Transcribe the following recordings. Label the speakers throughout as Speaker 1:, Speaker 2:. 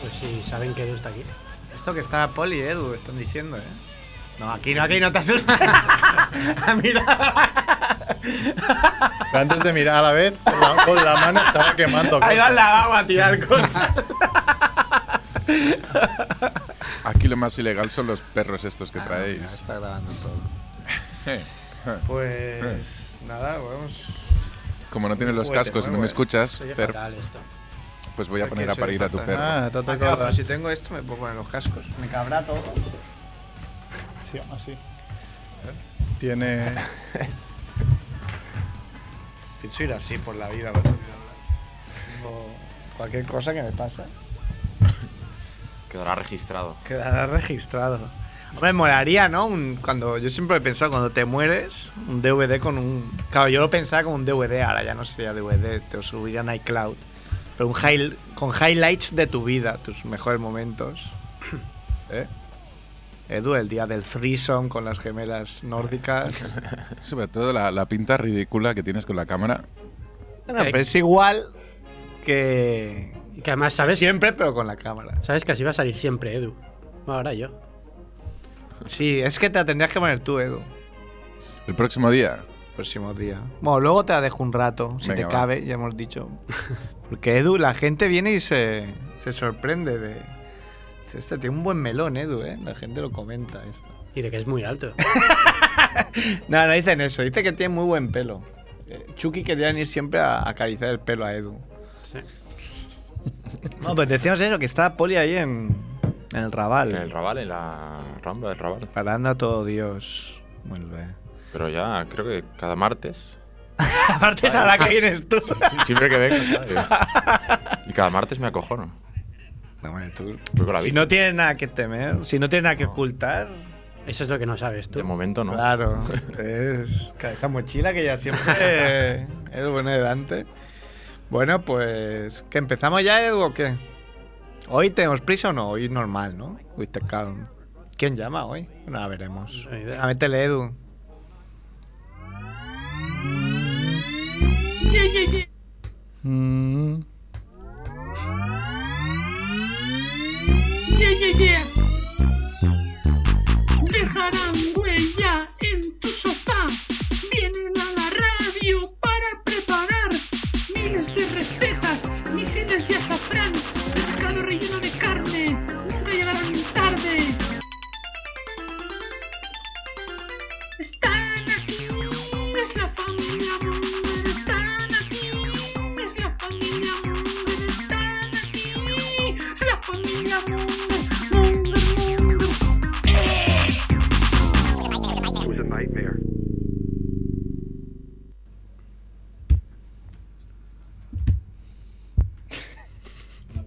Speaker 1: Pues saben que Edu está aquí.
Speaker 2: Esto que está Poli y Edu, están diciendo, ¿eh? No, aquí no, aquí no te asustes. Ah, Mira.
Speaker 3: Pero antes de mirar a la vez, con la, con la mano estaba quemando.
Speaker 2: Ahí va
Speaker 3: cosas.
Speaker 2: el lavabo a tirar cosas.
Speaker 4: Aquí lo más ilegal son los perros estos que
Speaker 2: Ya
Speaker 4: traéis.
Speaker 2: está grabando todo.
Speaker 3: Pues nada, vamos.
Speaker 4: Como no tienes los
Speaker 3: Juguete,
Speaker 4: cascos y no
Speaker 3: muy
Speaker 4: me
Speaker 3: bueno.
Speaker 4: escuchas,
Speaker 1: Oye,
Speaker 4: Fer,
Speaker 1: fatal esto.
Speaker 4: pues voy a poner
Speaker 2: Porque
Speaker 4: a parir
Speaker 2: soy
Speaker 4: a tu
Speaker 2: fatal.
Speaker 4: perro.
Speaker 3: Ah, no te
Speaker 2: Ah, claro, pero
Speaker 3: acuerdas.
Speaker 2: si tengo esto me puedo poner los cascos. Me cabrá todo.
Speaker 3: Sí, así. Tiene.
Speaker 2: Pienso ir así por la vida, ¿verdad? Tengo Cualquier cosa que me pasa
Speaker 5: Quedará registrado.
Speaker 2: quedará registrado. Hombre, molaría, ¿no? Un- cuando yo siempre he pensado cuando te mueres un DVD con un claro yo lo pensaba con un DVD ahora ya no sería DVD te lo subirían a iCloud pero un high- con highlights de tu vida tus mejores momentos ¿Eh? Edu el día del threesome con las gemelas nórdicas
Speaker 4: Sobre todo la, la pinta ridícula que tienes con la cámara.
Speaker 2: Bueno, pero es igual que
Speaker 1: Y Eh, que además, ¿sabes?
Speaker 2: siempre, pero con la cámara.
Speaker 1: Sabes que así va a salir siempre Edu. Ahora yo.
Speaker 2: Sí, es que te la tendrías que poner tú, Edu,
Speaker 4: El próximo día.
Speaker 2: próximo día. Bueno, luego te la dejo un rato, si
Speaker 4: Venga,
Speaker 2: te
Speaker 4: va.
Speaker 2: cabe, ya hemos dicho. Porque Edu, la gente viene y se, se sorprende de... dice, Este tiene un buen melón, Edu, ¿eh? La gente lo comenta esto.
Speaker 1: Y de que es muy alto.
Speaker 2: No, no dicen eso, dice que tiene muy buen pelo. Eh, Chucky quería venir siempre a acariciar el pelo a Edu.
Speaker 1: Sí.
Speaker 2: No, pues decíamos eso, que está Poli ahí en, en el Raval.
Speaker 5: En el Raval, en la Rambla del Raval.
Speaker 2: Parando a todo Dios. Vuelve.
Speaker 5: Pero ya, creo que cada martes.
Speaker 2: Aparte es a la que vienes tú.
Speaker 5: Siempre que vengo, ¿sabes? Y cada martes me acojono. Voy con la
Speaker 2: si
Speaker 5: bici.
Speaker 2: no tienes nada que temer, si no tienes nada que
Speaker 5: No.
Speaker 2: ocultar.
Speaker 1: Eso es lo que no sabes tú.
Speaker 5: De momento no.
Speaker 2: Claro. Es claro, esa mochila que ya siempre es buena de Dante. Bueno, pues. ¿Que empezamos ya, Edu, o qué? ¿Hoy tenemos prisa o no? Hoy normal, ¿no? With the calm. ¿Quién llama hoy? No, la veremos.
Speaker 1: No hay idea.
Speaker 2: A métele, Edu.
Speaker 3: Mm,
Speaker 6: Yeah, yeah, yeah. Dejarán huella en tu sofá. Vienen a la radio para preparar miles de recetas, misiles de azafrán, pescado relleno de carne. Nunca llegarán tarde. Están aquí, es la familia Munger. Están aquí, es la familia Munger. Están aquí, es la familia Munger. Munger, Munger.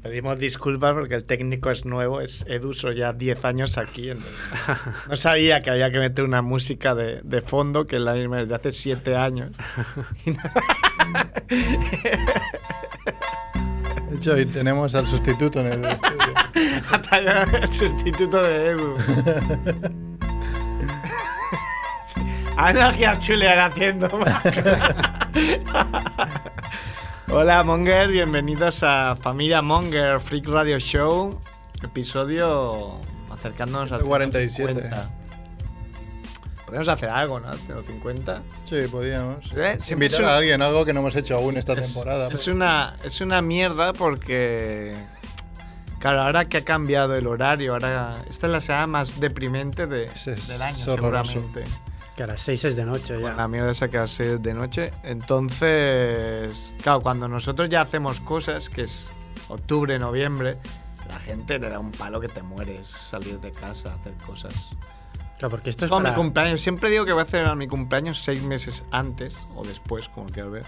Speaker 2: Pedimos disculpas porque el técnico es nuevo, es Edu, soy ya 10 años aquí. entonces, No sabía que había que meter una música de, de fondo, que es la misma desde hace 7 años. Y no-
Speaker 3: De hecho, hoy tenemos al sustituto en el estudio.
Speaker 2: Ha tallado el sustituto de Edu. A ver qué chulear haciendo. Hola Monger, bienvenidos a Familia Monger Freak Radio Show, episodio acercándonos al
Speaker 3: 47.
Speaker 2: 150. Podemos hacer algo, ¿no? 150.
Speaker 3: Sí, podíamos.
Speaker 2: Eh, siempre es
Speaker 3: Invitar
Speaker 2: un-
Speaker 3: a alguien, algo que no hemos hecho aún esta
Speaker 2: Es-
Speaker 3: temporada. pues.
Speaker 2: Es, una, es una mierda porque. Claro, ahora que ha cambiado el horario, ahora. Esta es la semana más deprimente de,
Speaker 3: Es- es
Speaker 2: del año,
Speaker 3: horroroso.
Speaker 2: seguramente.
Speaker 1: Que a las 6 es de noche
Speaker 2: Con
Speaker 1: ya.
Speaker 2: la mierda esa que hace de noche. Entonces. Claro, cuando nosotros ya hacemos cosas, que es octubre, noviembre, la gente le da un palo que te mueres salir de casa, hacer cosas.
Speaker 1: Claro, porque esto
Speaker 2: Esto
Speaker 1: es
Speaker 2: es como
Speaker 1: para...
Speaker 2: mi cumpleaños. Siempre digo que voy a celebrar mi cumpleaños seis meses antes o después, como quieras ver.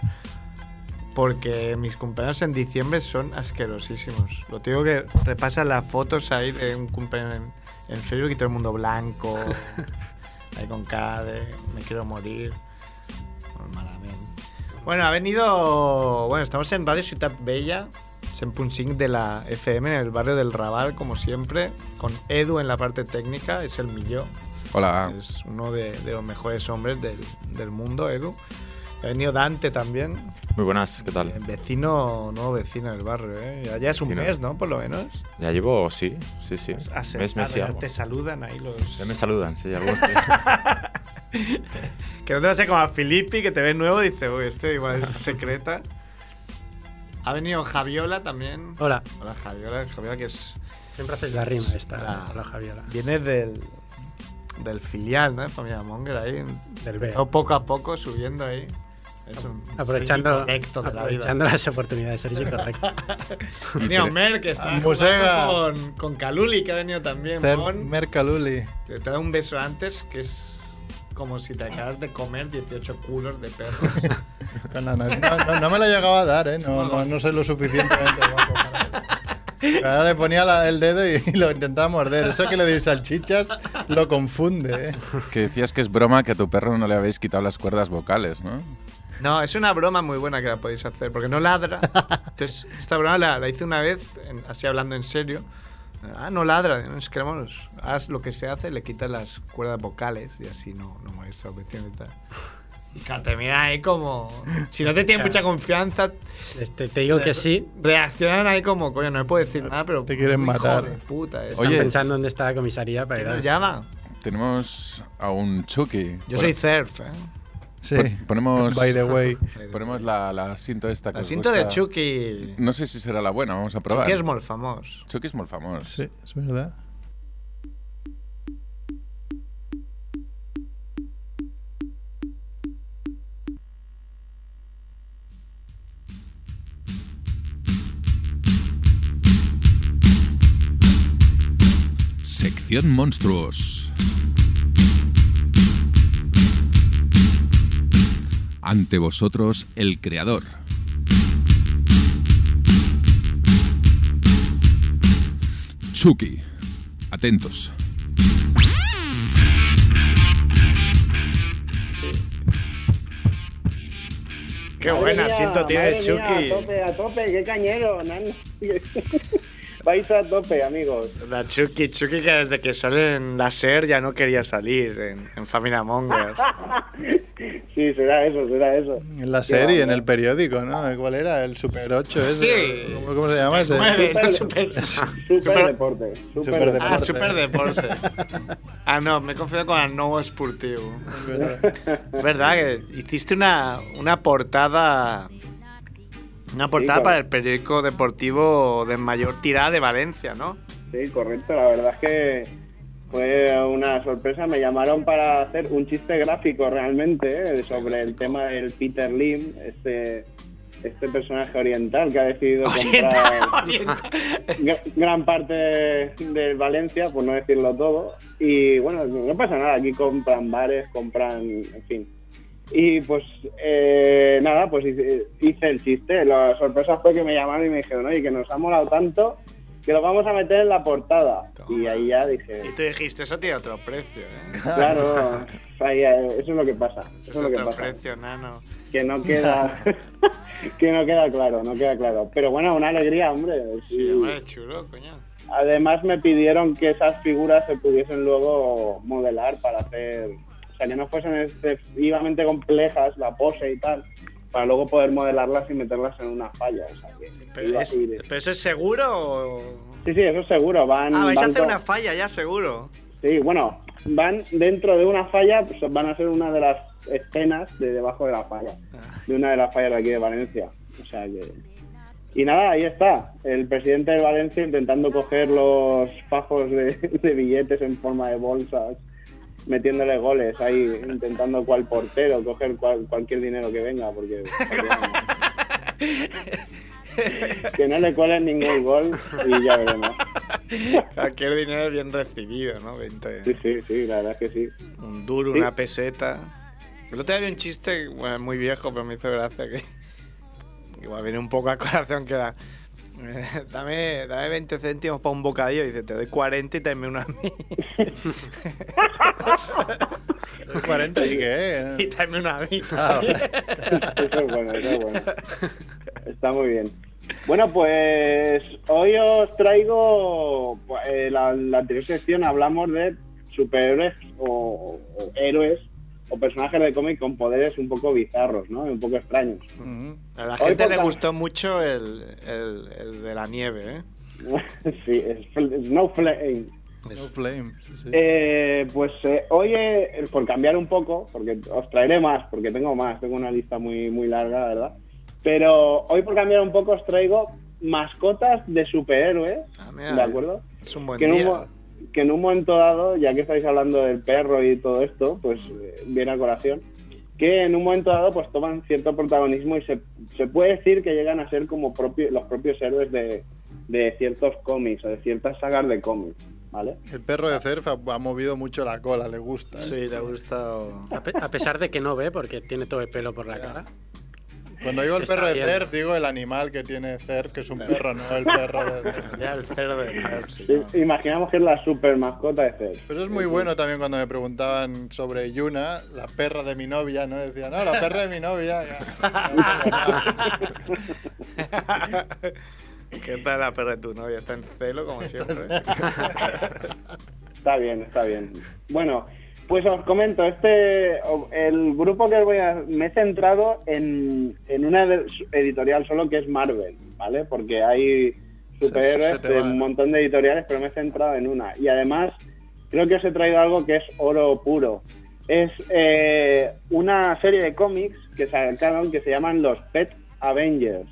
Speaker 2: Porque mis cumpleaños en diciembre son asquerosísimos. Lo te digo que repasas las fotos ahí de un cumpleaños en, en Facebook y todo el mundo blanco. ahí con cara de me quiero morir. Normalmente. Bueno, ha venido. Bueno, estamos en Radio Ciudad Bella, 100.5 de la FM, en el barrio del Raval, como siempre, con Edu en la parte técnica, es el millo.
Speaker 4: Hola.
Speaker 5: Ah.
Speaker 2: Es uno de, de los mejores hombres del, del mundo, Edu. Ha venido Dante también.
Speaker 5: Muy buenas, ¿qué tal?
Speaker 2: Eh, Vecino, nuevo vecino del barrio, ¿eh? Ya, ya es un
Speaker 5: Vecino.
Speaker 2: mes, ¿no? Por lo menos.
Speaker 5: Ya llevo, sí, sí, sí.
Speaker 2: Has
Speaker 5: Mes, mes y
Speaker 2: acertado,
Speaker 5: algo.
Speaker 2: Te saludan ahí los.
Speaker 5: Ya me saludan, sí, algunos.
Speaker 2: Que no te vas a como a Filippi, que te ves nuevo y dice, uy, este igual es secreta. Ha venido Javiola también.
Speaker 1: Hola.
Speaker 2: Hola, Javiola. Javiola que es.
Speaker 1: Siempre haces la rima esta,
Speaker 2: Hola.
Speaker 1: la Javiola.
Speaker 2: Viene del. Del filial, ¿no? Familia Monger ahí.
Speaker 1: Del B.
Speaker 2: Empezó poco a poco subiendo ahí. Es un
Speaker 1: Aprovechando,
Speaker 2: directo de la vida.
Speaker 1: aprovechando las oportunidades, Sergi, correcto.
Speaker 2: Ha venido Mer, que está
Speaker 3: Musega.
Speaker 2: jugando con, con Kaluli, que ha venido también.
Speaker 3: Ter
Speaker 2: Mon.
Speaker 3: Mercaluli.
Speaker 2: Te, te da un beso antes, que es como si te acabas de comer 18 culos de perro.
Speaker 3: No, no, no, no- no me la llegaba a dar, ¿eh? No,
Speaker 2: Somos
Speaker 3: no,
Speaker 2: dos.
Speaker 3: no soy lo suficientemente guapo. para- Ahora le ponía la- el dedo y, lo intentaba morder. Eso que le doy salchichas lo confunde, ¿eh?
Speaker 4: Que decías que es broma que a tu perro no le habéis quitado las cuerdas vocales, ¿no?
Speaker 2: No, es una broma muy buena que la podéis hacer, porque no ladra. Entonces, esta broma la, la hice una vez, en- así hablando en serio. Ah, no ladra, nos queremos, haz lo que se hace, le quitas las cuerdas vocales y así no, no molesta la audición y tal. Y claro, te mira ahí como... Si no te tiene mucha confianza,
Speaker 1: Este, te digo que sí.
Speaker 2: reaccionan ahí como, coño, no le puedo decir nada, pero...
Speaker 3: Te quieren
Speaker 2: hijo
Speaker 3: matar. eh,
Speaker 2: de puta, es-
Speaker 1: Están
Speaker 4: Oye.
Speaker 1: pensando dónde está la comisaría para
Speaker 2: ¿quién
Speaker 1: ir
Speaker 2: nos
Speaker 1: a...
Speaker 2: llama?
Speaker 4: Tenemos a un Chucky.
Speaker 2: Yo
Speaker 4: Pon-
Speaker 2: soy Cerf, ¿eh?
Speaker 3: Sí.
Speaker 4: pon- ponemos
Speaker 3: By the way.
Speaker 4: ponemos la, la cinta esta que
Speaker 2: La
Speaker 4: os
Speaker 2: cinta de
Speaker 4: gusta.
Speaker 2: Chucky...
Speaker 4: No sé si será la buena, vamos a probar.
Speaker 2: Chucky es muy famoso.
Speaker 4: Chucky es muy famoso.
Speaker 3: Sí, es verdad.
Speaker 4: Sección Monstruos. Ante vosotros el creador. Chucky. Atentos.
Speaker 2: Qué
Speaker 7: Madre
Speaker 2: buen
Speaker 7: mía,
Speaker 2: asiento tiene
Speaker 7: madre mía,
Speaker 2: Chucky.
Speaker 7: a tope, a tope, qué cañero, nan. Vais a tope, amigos.
Speaker 2: La Chucky, Chucky que desde que sale en la SER ya no quería salir en, en Familia Monger.
Speaker 7: Sí, será eso, será eso.
Speaker 3: En la serie, en
Speaker 7: bárbaro.
Speaker 3: el periódico, ¿no? ¿Cuál era? El Super 8 ese.
Speaker 2: Sí.
Speaker 3: ¿Cómo, cómo se llama ese?
Speaker 2: Mueve, ¿no?
Speaker 7: Super-
Speaker 2: Super-
Speaker 7: Super,
Speaker 2: Super-
Speaker 7: deporte. Super,
Speaker 3: Super
Speaker 7: deporte.
Speaker 2: Ah, super deporte. Ah, no, me he confundido con el nuevo esportivo. Es verdad que hiciste una, una portada. Una portada
Speaker 7: con-
Speaker 2: para el periódico deportivo de mayor tirada de Valencia, ¿no?
Speaker 7: Sí, correcto. La verdad es que fue una sorpresa. Me llamaron para hacer un chiste gráfico realmente ¿eh? sobre el tema del Peter Lim, este, este personaje oriental que ha decidido comprar. Gra- gran parte de Valencia, por no decirlo todo. Y bueno, no pasa nada, aquí compran bares, compran, en fin. Y pues eh, nada, pues hice, hice el chiste. La sorpresa fue que me llamaron y me dijeron, oye, que nos ha molado tanto que lo vamos a meter en la portada. Y ahí ya dije,
Speaker 2: Y tú dijiste, eso tiene otro precio, ¿eh?
Speaker 7: claro, ahí, eh, eso es lo que pasa.
Speaker 2: Eso
Speaker 7: Eso es lo que
Speaker 2: es otro
Speaker 7: pasa
Speaker 2: precio, nano.
Speaker 7: que no queda que no queda claro, no queda claro. Pero bueno, una alegría, hombre.
Speaker 2: Sí,
Speaker 7: Y
Speaker 2: hombre, chulo, coño.
Speaker 7: Además me pidieron que esas figuras se pudiesen luego modelar para hacer, o sea, que no fuesen excesivamente complejas la pose y tal, para luego poder modelarlas y meterlas en una falla. O sea, que
Speaker 2: Pero,
Speaker 7: iba
Speaker 2: es-
Speaker 7: a ir-
Speaker 2: ¿pero eso es seguro o.?
Speaker 7: Sí, sí, eso seguro. Van,
Speaker 2: Ah, vais a
Speaker 7: van
Speaker 2: hacer
Speaker 7: con-
Speaker 2: una falla ya, seguro.
Speaker 7: Sí, bueno, van dentro de una falla, pues, van a ser una de las escenas de debajo de la falla,
Speaker 2: Ah.
Speaker 7: de una de las fallas de aquí de Valencia. O sea que... Y nada, ahí está, el presidente de Valencia intentando coger los fajos de, de billetes en forma de bolsas, metiéndole goles ahí, intentando cual portero coger cual- cualquier dinero que venga, porque... que no le cuelen ningún gol y ya veremos.
Speaker 2: Cualquier dinero es bien recibido, ¿no? Veinte-
Speaker 7: Sí, sí, sí, la verdad es que sí.
Speaker 2: Un duro,
Speaker 7: Sí.
Speaker 2: una peseta. El otro día había un chiste, bueno, muy viejo, pero me hizo gracia que. Igual viene un poco a corazón que era. eh, Dame, dame 20 céntimos para un bocadillo. Y dice, te doy 40 y dame uno a mí.
Speaker 3: ¿El 40 y
Speaker 2: Y
Speaker 3: qué?
Speaker 2: dame uno a mí.
Speaker 3: Ah,
Speaker 7: Eso es bueno, eso es bueno. Está muy bien. Bueno, pues hoy os traigo pues, eh, la, la anterior sección hablamos de superhéroes o, o héroes o personajes de cómic con poderes un poco bizarros, ¿no? Un poco extraños.
Speaker 2: A la
Speaker 7: Hoy
Speaker 2: gente
Speaker 7: por
Speaker 2: le
Speaker 7: la-
Speaker 2: gustó mucho el, el- el de la nieve, ¿eh?
Speaker 7: sí, es fl- no flame.
Speaker 3: No flame. sí, sí.
Speaker 7: Eh, pues eh, hoy, eh, por cambiar un poco, porque os traeré más, porque tengo más, tengo una lista muy, muy larga, la verdad. Pero hoy, por cambiar un poco, os traigo mascotas de superhéroes,
Speaker 2: Ah, mira,
Speaker 7: ¿de acuerdo?
Speaker 2: Es un buen
Speaker 7: Que en, un,
Speaker 2: día.
Speaker 7: mo- que en un momento dado, ya que estáis hablando del perro y todo esto, pues eh, viene a colación, que en un momento dado pues toman cierto protagonismo y se, se puede decir que llegan a ser como propio- los propios héroes de, de ciertos cómics o de ciertas sagas de cómics, ¿vale?
Speaker 3: El perro de Cerf ha, ha movido mucho la cola, le gusta. ¿eh?
Speaker 2: Sí, le ha gustado.
Speaker 1: A, pe- a pesar de que no ve, porque tiene todo el pelo por la cara.
Speaker 3: Cuando digo el
Speaker 1: Está
Speaker 3: perro de
Speaker 1: bien.
Speaker 3: Cerf, digo el animal que tiene Cerf, que es un perro, no el perro de Cerf.
Speaker 2: Ya el cerdo de Herb, sí,
Speaker 7: Sí,
Speaker 2: ¿no?
Speaker 7: Imaginamos que es la super mascota de Cell.
Speaker 3: Pero es muy bueno también cuando me preguntaban sobre Yuna, la perra de mi novia, ¿no? Decían, no, la perra de mi novia.
Speaker 2: ¿Qué tal la perra de tu novia? Está en celo, como siempre.
Speaker 7: Está bien, está bien. Bueno, pues os comento, este o- el grupo que os voy a... Me he centrado en, en una de- editorial solo que es Marvel, ¿vale? Porque hay
Speaker 3: Se-
Speaker 7: superhéroes
Speaker 3: se te
Speaker 7: de
Speaker 3: va.
Speaker 7: un montón de editoriales, pero me he centrado en una. Y además, creo que os he traído algo que es oro puro. Es eh, una serie de cómics que sacaron que se llaman los Pet Avengers.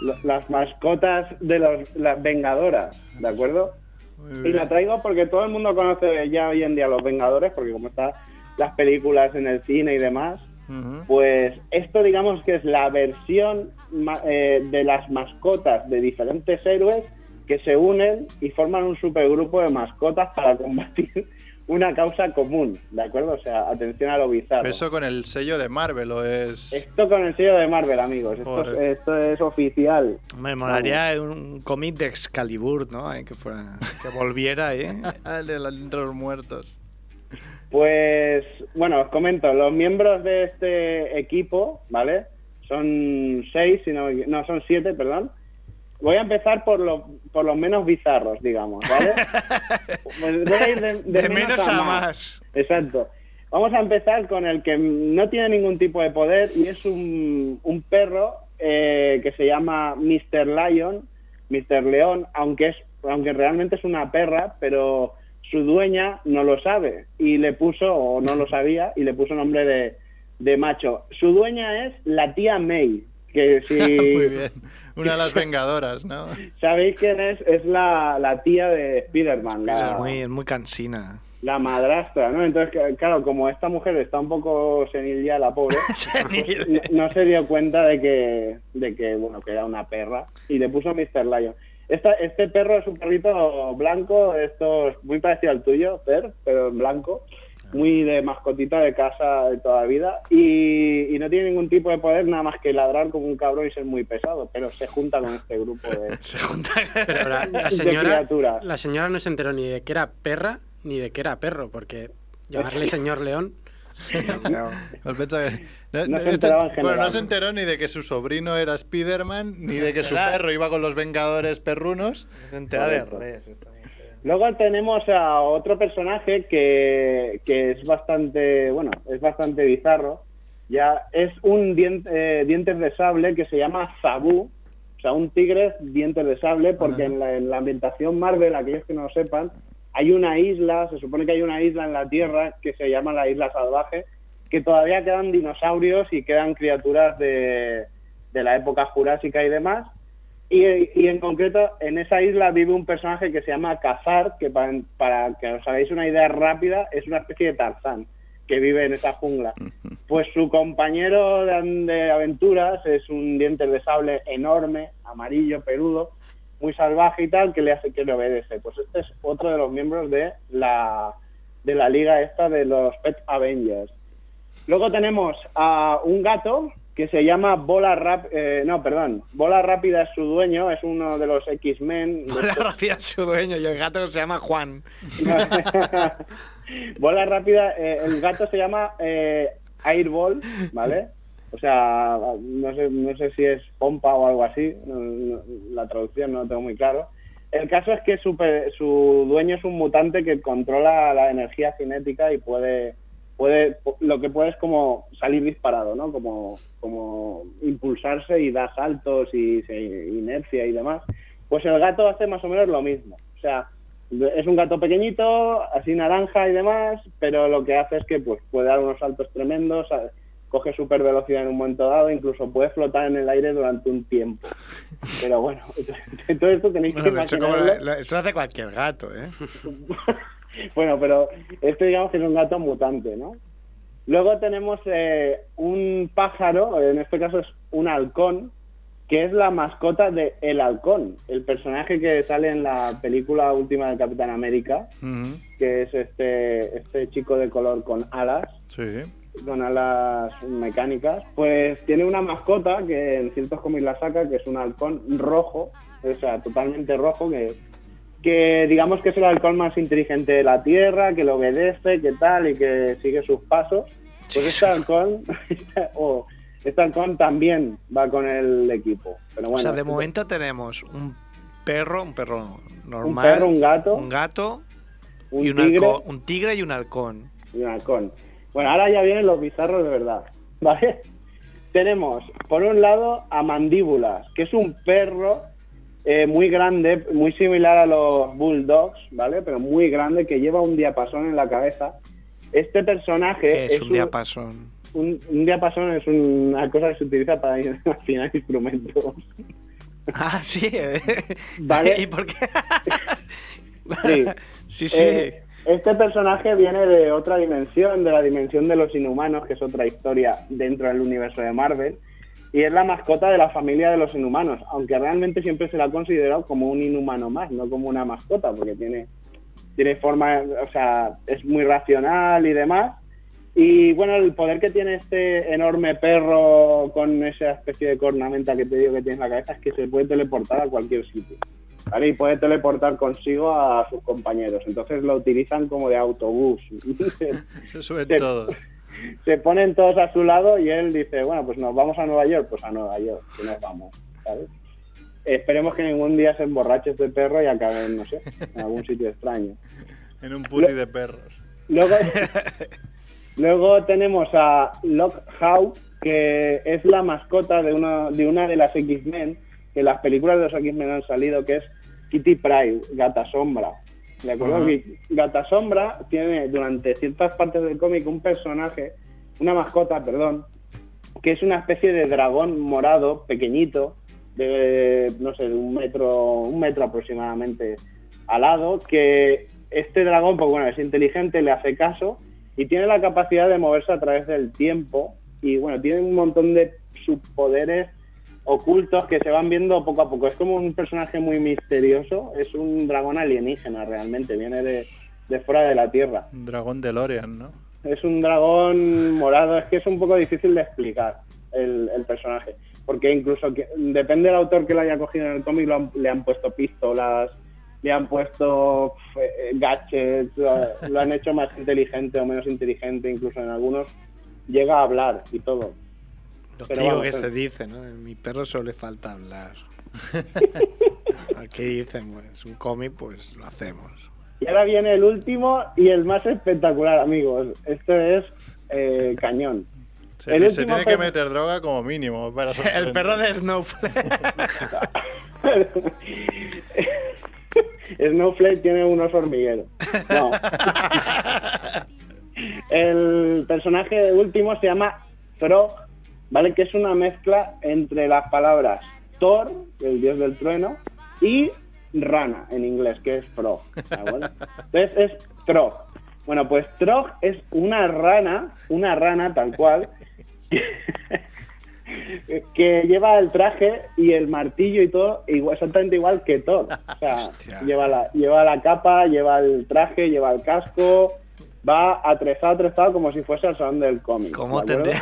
Speaker 7: Lo- Las mascotas de los, las vengadoras, ¿de acuerdo?
Speaker 3: Muy
Speaker 7: Y la
Speaker 3: bien.
Speaker 7: traigo porque todo el mundo conoce ya hoy en día Los Vengadores, porque como están las películas en el cine y demás,
Speaker 3: Ujú.
Speaker 7: pues esto digamos que es la versión ma- eh, de las mascotas de diferentes héroes que se unen y forman un supergrupo de mascotas para combatir una causa común, ¿de acuerdo? O sea, atención a lo bizarro.
Speaker 3: Eso con el sello de Marvel, ¿o es...?
Speaker 7: Esto con el sello de Marvel, amigos. Esto,
Speaker 3: Joder.
Speaker 7: es- esto es oficial.
Speaker 2: Me molaría un cómic de Excalibur, ¿no? Eh, Que, fuera, que volviera, ¿eh?
Speaker 3: Ah, el de la- de los muertos.
Speaker 7: Pues, bueno, os comento, los miembros de este equipo, ¿vale? Son seis, si no, me equi- no, son siete, perdón. Voy a empezar por, los por los menos bizarros, digamos, ¿vale? Pues voy a ir de, de
Speaker 2: De menos a más.
Speaker 7: Exacto. Vamos a empezar con el que no tiene ningún tipo de poder y es un, un perro eh, que se llama Mr. Lion, Mr. León, aunque es aunque realmente es una perra, pero su dueña no lo sabe y le puso, o no lo sabía, y le puso nombre de, de macho. Su dueña es la tía May, que
Speaker 3: Muy
Speaker 7: si
Speaker 3: bien. Una de las vengadoras, ¿no?
Speaker 7: sabéis quién es, es la, la tía de Spider-Man. la-
Speaker 2: Es muy, es muy cansina.
Speaker 7: la madrastra, ¿no? Entonces, ca- claro, como esta mujer está un poco senil ya, la pobre,
Speaker 2: Senil.
Speaker 7: no, no se dio cuenta de que, de que, bueno, que era una perra y le puso Mr. Lion. Esta, este perro es un perrito blanco, esto es muy parecido al tuyo, Per, pero en blanco, muy de mascotita de casa de toda vida y, y no tiene ningún tipo de poder nada más que ladrar como un cabrón y ser muy pesado, pero se junta con este grupo de,
Speaker 2: Se junta.
Speaker 1: Pero la, la
Speaker 7: de
Speaker 1: señora,
Speaker 7: criaturas.
Speaker 1: la señora no se enteró ni de que era perra ni de que era perro, porque llamarle señor león.
Speaker 3: Pues pensaba que- no-
Speaker 7: No
Speaker 3: no- este-
Speaker 7: se enteraba en
Speaker 3: bueno, no
Speaker 7: general.
Speaker 3: se enteró ni de que su sobrino era Spider-Man, ni de que su
Speaker 2: Era-
Speaker 3: perro iba con los vengadores perrunos.
Speaker 2: Se entera de
Speaker 7: Correcto.
Speaker 2: redes.
Speaker 7: Luego tenemos a otro personaje que, que es bastante, bueno, es bastante bizarro. Ya es un dien- eh, dientes de sable que se llama Zabu, o sea, un tigre dientes de sable, porque en la, en la ambientación Marvel, aquellos que no lo sepan, hay una isla, se supone que hay una isla en la Tierra que se llama la Isla Salvaje, que todavía quedan dinosaurios y quedan criaturas de, de la época jurásica y demás. Y, y en concreto, en esa isla vive un personaje que se llama Cazar, que para, para que os hagáis una idea rápida, es una especie de Tarzán que vive en esa jungla. Pues su compañero de, an- de aventuras es un diente de sable enorme, amarillo, peludo, muy salvaje y tal, que le hace que le obedece. Pues este es otro de los miembros de la, de la liga esta de los Pet Avengers. Luego tenemos a un gato que se llama Bola Rap... eh, no, perdón. Bola Rápida es su dueño, es uno de los X-Men. de
Speaker 2: Hola,
Speaker 7: estos-
Speaker 2: rápida su dueño. Y el gato se llama Juan.
Speaker 7: Bola rápida, eh, el gato se llama eh, Airball, ¿vale? O sea, no sé, no sé si es pompa o algo así, no- no- la traducción no lo tengo muy claro. El caso es que su, pe- su dueño es un mutante que controla la energía cinética y puede puede, lo que puede es como salir disparado, ¿no? Como, como impulsarse y da saltos y se inercia y demás. Pues el gato hace más o menos lo mismo. O sea, es un gato pequeñito, así naranja y demás, pero lo que hace es que pues puede dar unos saltos tremendos, a- coge super velocidad en un momento dado, incluso puede flotar en el aire durante un tiempo. Pero bueno, todo esto tenéis que
Speaker 2: Bueno, pero eso, como
Speaker 7: imaginarlo.
Speaker 2: lo- lo- eso lo hace cualquier gato, ¿eh?
Speaker 7: Pues Bueno, pero este digamos que es un gato mutante, ¿no? Luego tenemos eh, un pájaro, en este caso es un halcón, que es la mascota de El Halcón, el personaje que sale en la película última de Capitán América,
Speaker 3: Ujú,
Speaker 7: que es este, este chico de color con alas,
Speaker 3: Sí.
Speaker 7: con alas mecánicas, pues tiene una mascota que en ciertos cómics la saca, que es un halcón rojo, o sea, totalmente rojo, que, que digamos que es el halcón más inteligente de la Tierra, que lo obedece, que tal, y que sigue sus pasos. Pues este halcón, o este halcón también va con el equipo. Pero bueno,
Speaker 2: o sea, de
Speaker 7: este-
Speaker 2: momento tenemos un perro, un perro
Speaker 7: un
Speaker 2: normal,
Speaker 7: perro, un gato,
Speaker 2: un gato
Speaker 7: un,
Speaker 2: y un,
Speaker 7: tigre
Speaker 2: halcón- un tigre y un halcón.
Speaker 7: y un halcón. Bueno, ahora ya vienen los bizarros de verdad, ¿vale? Tenemos, por un lado, a Mandíbulas, que es un perro eh, muy grande, muy similar a los bulldogs, ¿vale? Pero muy grande, que lleva un diapasón en la cabeza. Este personaje
Speaker 2: que es, un diapasón.
Speaker 7: un- un diapasón es una cosa que se utiliza para afinar instrumentos.
Speaker 2: Ah, sí. ¿eh?
Speaker 7: Vale.
Speaker 2: ¿Y por qué?
Speaker 7: Sí.
Speaker 2: sí, sí.
Speaker 7: Eh, este personaje viene de otra dimensión, de la dimensión de los inhumanos, que es otra historia dentro del universo de Marvel, y es la mascota de la familia de los inhumanos, aunque realmente siempre se la ha considerado como un inhumano más, no como una mascota, porque tiene, tiene forma, o sea, es muy racional y demás. Y bueno, el poder que tiene este enorme perro con esa especie de cornamenta que te digo que tiene en la cabeza es que se puede teleportar a cualquier sitio. ¿vale? Y puede teleportar consigo a sus compañeros. Entonces lo utilizan como de autobús.
Speaker 3: Se suben
Speaker 7: Sí.
Speaker 3: todos.
Speaker 7: Se ponen todos a su lado y él dice, bueno, pues nos vamos a Nueva York, pues a Nueva York, que nos vamos. ¿sabes? Esperemos que ningún día se emborrache este perro y acaben, no sé, en algún sitio extraño.
Speaker 3: En un puti de perros.
Speaker 7: Luego, luego tenemos a Lockhawk, que es la mascota de una de, una de las X-Men, que las películas de los X-Men han salido, que es Kitty Pryde, Gata Sombra. ¿De acuerdo?
Speaker 3: Ajá.
Speaker 7: Y Gata Sombra tiene durante ciertas partes del cómic un personaje, una mascota, perdón, que es una especie de dragón morado, pequeñito, de, no sé, de un metro, un metro aproximadamente alado, que este dragón, pues bueno, es inteligente, le hace caso y tiene la capacidad de moverse a través del tiempo y bueno, tiene un montón de subpoderes ocultos que se van viendo poco a poco. Es como un personaje muy misterioso, es un dragón alienígena realmente, viene de, de fuera de la Tierra.
Speaker 3: Un dragón de Lorian, ¿no?
Speaker 7: Es un dragón morado, es que es un poco difícil de explicar el, el personaje, porque incluso que- depende del autor que lo haya cogido en el cómic, lo han- le han puesto pistolas, le han puesto pf, eh, gadgets, lo, lo han hecho más inteligente o menos inteligente, incluso en algunos llega a hablar y todo.
Speaker 2: Lo
Speaker 7: pero
Speaker 2: digo
Speaker 7: vamos, eh.
Speaker 2: que
Speaker 7: pero-
Speaker 2: se dice, ¿no? Mi perro solo le falta hablar. Aquí dicen, pues, es un cómic, pues lo hacemos.
Speaker 7: Y ahora viene el último y el más espectacular, amigos. Este es eh, cañón.
Speaker 3: Se,
Speaker 7: El
Speaker 3: se
Speaker 7: último
Speaker 3: tiene que
Speaker 7: per-
Speaker 3: meter droga como mínimo. Para
Speaker 2: El perro de Snowflake.
Speaker 7: Snowflake tiene unos hormigueros. No. El personaje último se llama Throg, ¿vale? Que es una mezcla entre las palabras Thor, el dios del trueno, y rana en inglés, que es Frog. ¿de acuerdo? Entonces es Throg. Bueno, pues Throg es una rana, una rana tal cual, que lleva el traje y el martillo y todo igual, exactamente igual que Thor. O sea,
Speaker 2: Hostia.
Speaker 7: lleva la, lleva la capa, lleva el traje, lleva el casco, va atrezado, atrezado como si fuese al salón del cómic.
Speaker 2: ¿Cómo
Speaker 7: ¿de acuerdo?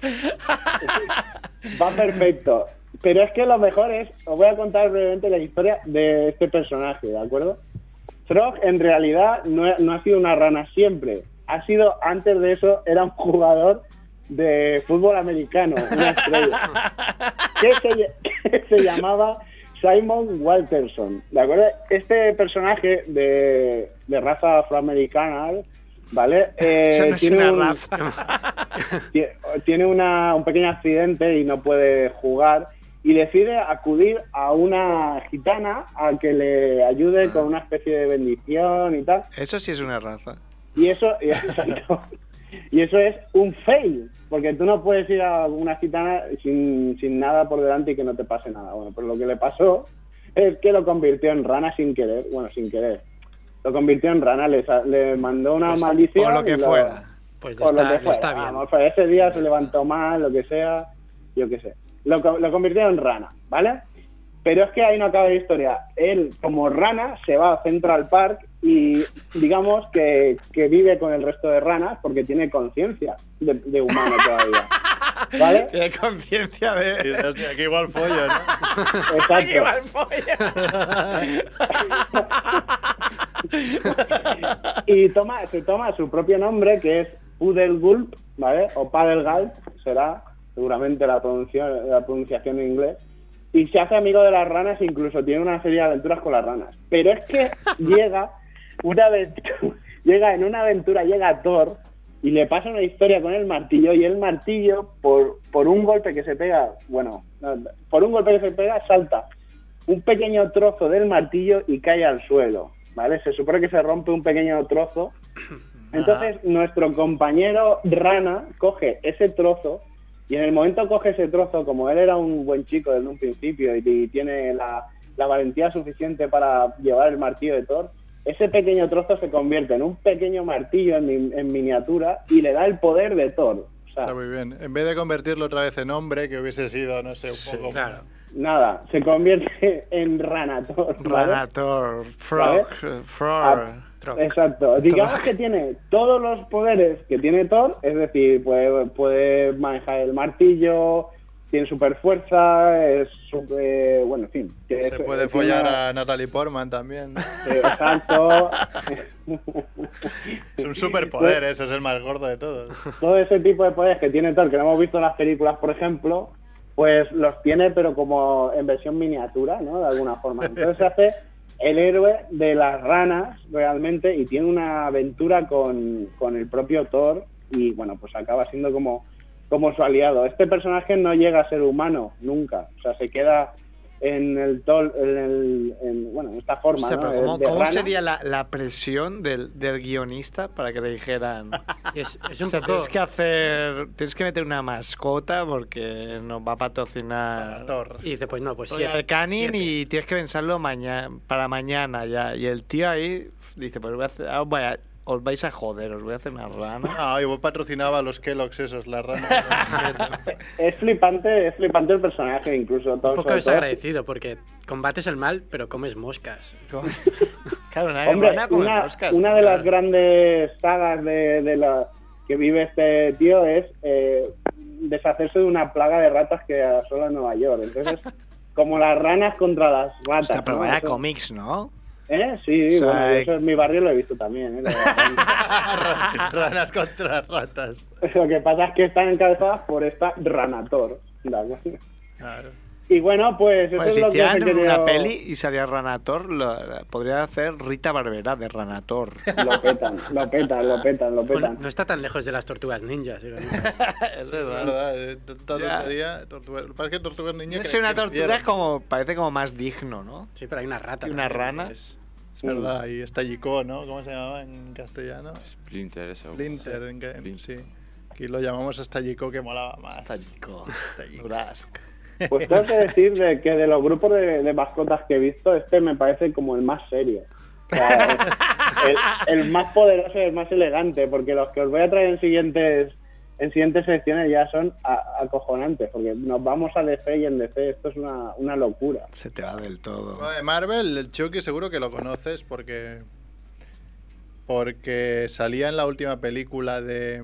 Speaker 2: tendría?
Speaker 7: Va perfecto. Pero es que lo mejor es, os voy a contar brevemente la historia de este personaje, ¿de acuerdo? Frog en realidad no, no ha sido una rana siempre. Ha sido, antes de eso, era un jugador de fútbol americano, una estrella, que se, lle- que se llamaba Simon Walterson. ¿De acuerdo? Este personaje de, de raza afroamericana ¿Vale? Eh,
Speaker 2: Eso no es
Speaker 7: tiene
Speaker 2: una
Speaker 7: un- Tie- tiene una- un pequeño accidente y no puede jugar y decide acudir a una gitana a que le ayude con una especie de bendición y tal.
Speaker 2: Eso sí es una raza.
Speaker 7: Y eso, y, exacto. Y eso es un fail, porque tú no puedes ir a una gitana sin, sin nada por delante y que no te pase nada. Bueno, pues lo que le pasó es que lo convirtió en rana sin querer, bueno, sin querer. Lo convirtió en rana, le, sa- le mandó una maldición.
Speaker 2: Pues, O lo que
Speaker 7: y lo-
Speaker 2: fuera.
Speaker 1: Pues ya
Speaker 7: por
Speaker 1: está,
Speaker 7: lo que
Speaker 1: ya
Speaker 7: fue.
Speaker 1: está bien.
Speaker 7: Vamos, fue ese día se levantó mal, lo que sea, yo qué sé. Lo, co- lo convirtieron en rana, ¿vale? Pero es que ahí no acaba la historia. Él, como rana, se va a Central Park y digamos que, que vive con el resto de ranas porque tiene conciencia de, de humano todavía. ¿Vale?
Speaker 2: Tiene conciencia de.
Speaker 3: Aquí igual follo, ¿no?
Speaker 2: ¡Qué
Speaker 7: Exacto.
Speaker 2: mal folla!
Speaker 7: Y toma, se toma su propio nombre, que es Pudel Gulp, ¿vale? O Paddle Gulp, será seguramente la pronunciación, la pronunciación en inglés. Y se hace amigo de las ranas, incluso tiene una serie de aventuras con las ranas. Pero es que llega una aventura, llega en una aventura, llega Thor y le pasa una historia con el martillo y el martillo por, por un golpe que se pega, bueno, no, por un golpe que se pega salta un pequeño trozo del martillo y cae al suelo, ¿vale? Se supone que se rompe un pequeño trozo. Entonces nuestro compañero Rana coge ese trozo y en el momento coge ese trozo, como él era un buen chico desde un principio y, y tiene la, la valentía suficiente para llevar el martillo de Thor, ese pequeño trozo se convierte en un pequeño martillo en, min- en miniatura y le da el poder de Thor. O sea,
Speaker 3: Está muy bien. En vez de convertirlo otra vez en hombre, que hubiese sido, no sé, un poco.
Speaker 1: Claro.
Speaker 7: nada, se convierte en Rana Thor. ¿vale? Ah,
Speaker 2: Ranator, Frog, Frog.
Speaker 1: Tronc.
Speaker 7: Exacto. Digamos que tiene todos los poderes que tiene Thor, es decir, puede, puede manejar el martillo, tiene super fuerza, es su- eh, bueno, en fin. que
Speaker 3: Se
Speaker 7: es-
Speaker 3: puede
Speaker 7: es
Speaker 3: follar
Speaker 7: una-
Speaker 3: a Natalie Portman también.
Speaker 7: eh, Exacto.
Speaker 3: Es un superpoder, ese es el más gordo de todos.
Speaker 7: Todo ese tipo de poderes que tiene Thor, que no hemos visto en las películas, por ejemplo, pues los tiene, pero como en versión miniatura, ¿no? De alguna forma. Entonces se hace el héroe de las ranas, realmente, y tiene una aventura con, con el propio Thor, y bueno, pues acaba siendo como, como su aliado. Este personaje no llega a ser humano, nunca. O sea, se queda en el Thor, en, el, en, bueno, en esta forma,
Speaker 2: Hostia,
Speaker 7: ¿no?
Speaker 2: pero
Speaker 7: De-
Speaker 2: ¿cómo,
Speaker 7: de
Speaker 2: cómo
Speaker 7: rana.
Speaker 2: sería la, la presión del, del guionista para que le dijeran
Speaker 1: Es, es un
Speaker 2: O sea,
Speaker 1: poco...
Speaker 2: tienes que hacer. Tienes que meter una mascota porque nos va a patrocinar.
Speaker 3: Ah, Thor.
Speaker 1: Y dice, pues no, pues
Speaker 2: Soy
Speaker 1: siete,
Speaker 2: Alcanin
Speaker 1: siete.
Speaker 2: y tienes que pensarlo mañana, para mañana ya. Y el tío ahí dice, pues voy a hacer- ah, os vaya- os vais a joder, os voy a hacer una rana.
Speaker 3: Ah, yo patrocinaba a los Kellogg's esos, las ranas.
Speaker 7: Es flipante, es flipante el personaje, incluso Thor.
Speaker 1: Un poco
Speaker 7: sobre todo.
Speaker 1: desagradecido porque combates el mal, pero comes moscas.
Speaker 2: Claro, una
Speaker 7: Hombre,
Speaker 2: rana come
Speaker 7: una,
Speaker 2: moscas,
Speaker 7: una de
Speaker 2: claro.
Speaker 7: las grandes sagas de, de la que vive este tío es eh, deshacerse de una plaga de ratas que asola Nueva York. Entonces, como las ranas contra las ratas.
Speaker 2: Hostia, pero
Speaker 7: ¿no?
Speaker 2: vaya
Speaker 7: Eso-
Speaker 2: cómics, ¿no?
Speaker 7: ¿Eh? Sí,
Speaker 2: O sea,
Speaker 7: bueno,
Speaker 2: hay-
Speaker 7: eso en mi barrio lo he visto también. ¿eh? Lo de-
Speaker 3: ranas contra ratas.
Speaker 7: Lo que pasa es que están encabezadas por esta Ranator. ¿de acuerdo?
Speaker 3: Claro.
Speaker 7: Y bueno, pues eso
Speaker 2: Pues
Speaker 7: es
Speaker 2: si
Speaker 7: lo que
Speaker 2: hicieran
Speaker 7: os he
Speaker 2: una
Speaker 7: querido-
Speaker 2: peli y salía Ranator, lo- podría hacer Rita Barbera de Ranator.
Speaker 7: Lo petan, lo petan, lo petan, lo
Speaker 1: Bueno,
Speaker 7: petan.
Speaker 1: no está tan lejos de las tortugas ninjas. digo, ¿no?
Speaker 2: Eso es
Speaker 3: Es verdad, eh, tanta
Speaker 2: Ya.
Speaker 3: tontería. Tortuga, lo que pasa es que tortugas niñas.
Speaker 2: Es
Speaker 3: que
Speaker 2: una tortuga es
Speaker 3: crecieron.
Speaker 2: como, parece como más digno, ¿no?
Speaker 1: Sí, pero hay una rata.
Speaker 2: ¿Y una
Speaker 1: también,
Speaker 2: rana?
Speaker 1: es-
Speaker 3: Es verdad, y estallicó, ¿no? ¿Cómo se llamaba en castellano?
Speaker 5: Splinter, eso.
Speaker 3: Splinter, en, que- en-
Speaker 5: Splinter.
Speaker 3: sí. Aquí lo llamamos estallicó que molaba más.
Speaker 2: Tático.
Speaker 3: Estallicó.
Speaker 2: Durask.
Speaker 7: Pues tengo que decir de que de los grupos de, de mascotas que he visto, este me parece como el más serio. O sea, el, el más poderoso y el más elegante, porque los que os voy a traer en siguientes en siguientes secciones ya son a- acojonantes, porque nos vamos a DC y en DC esto es una, una locura.
Speaker 2: Se te va del todo.
Speaker 3: Bueno, de Marvel, el Chucky seguro que lo conoces porque. Porque salía en la última película de,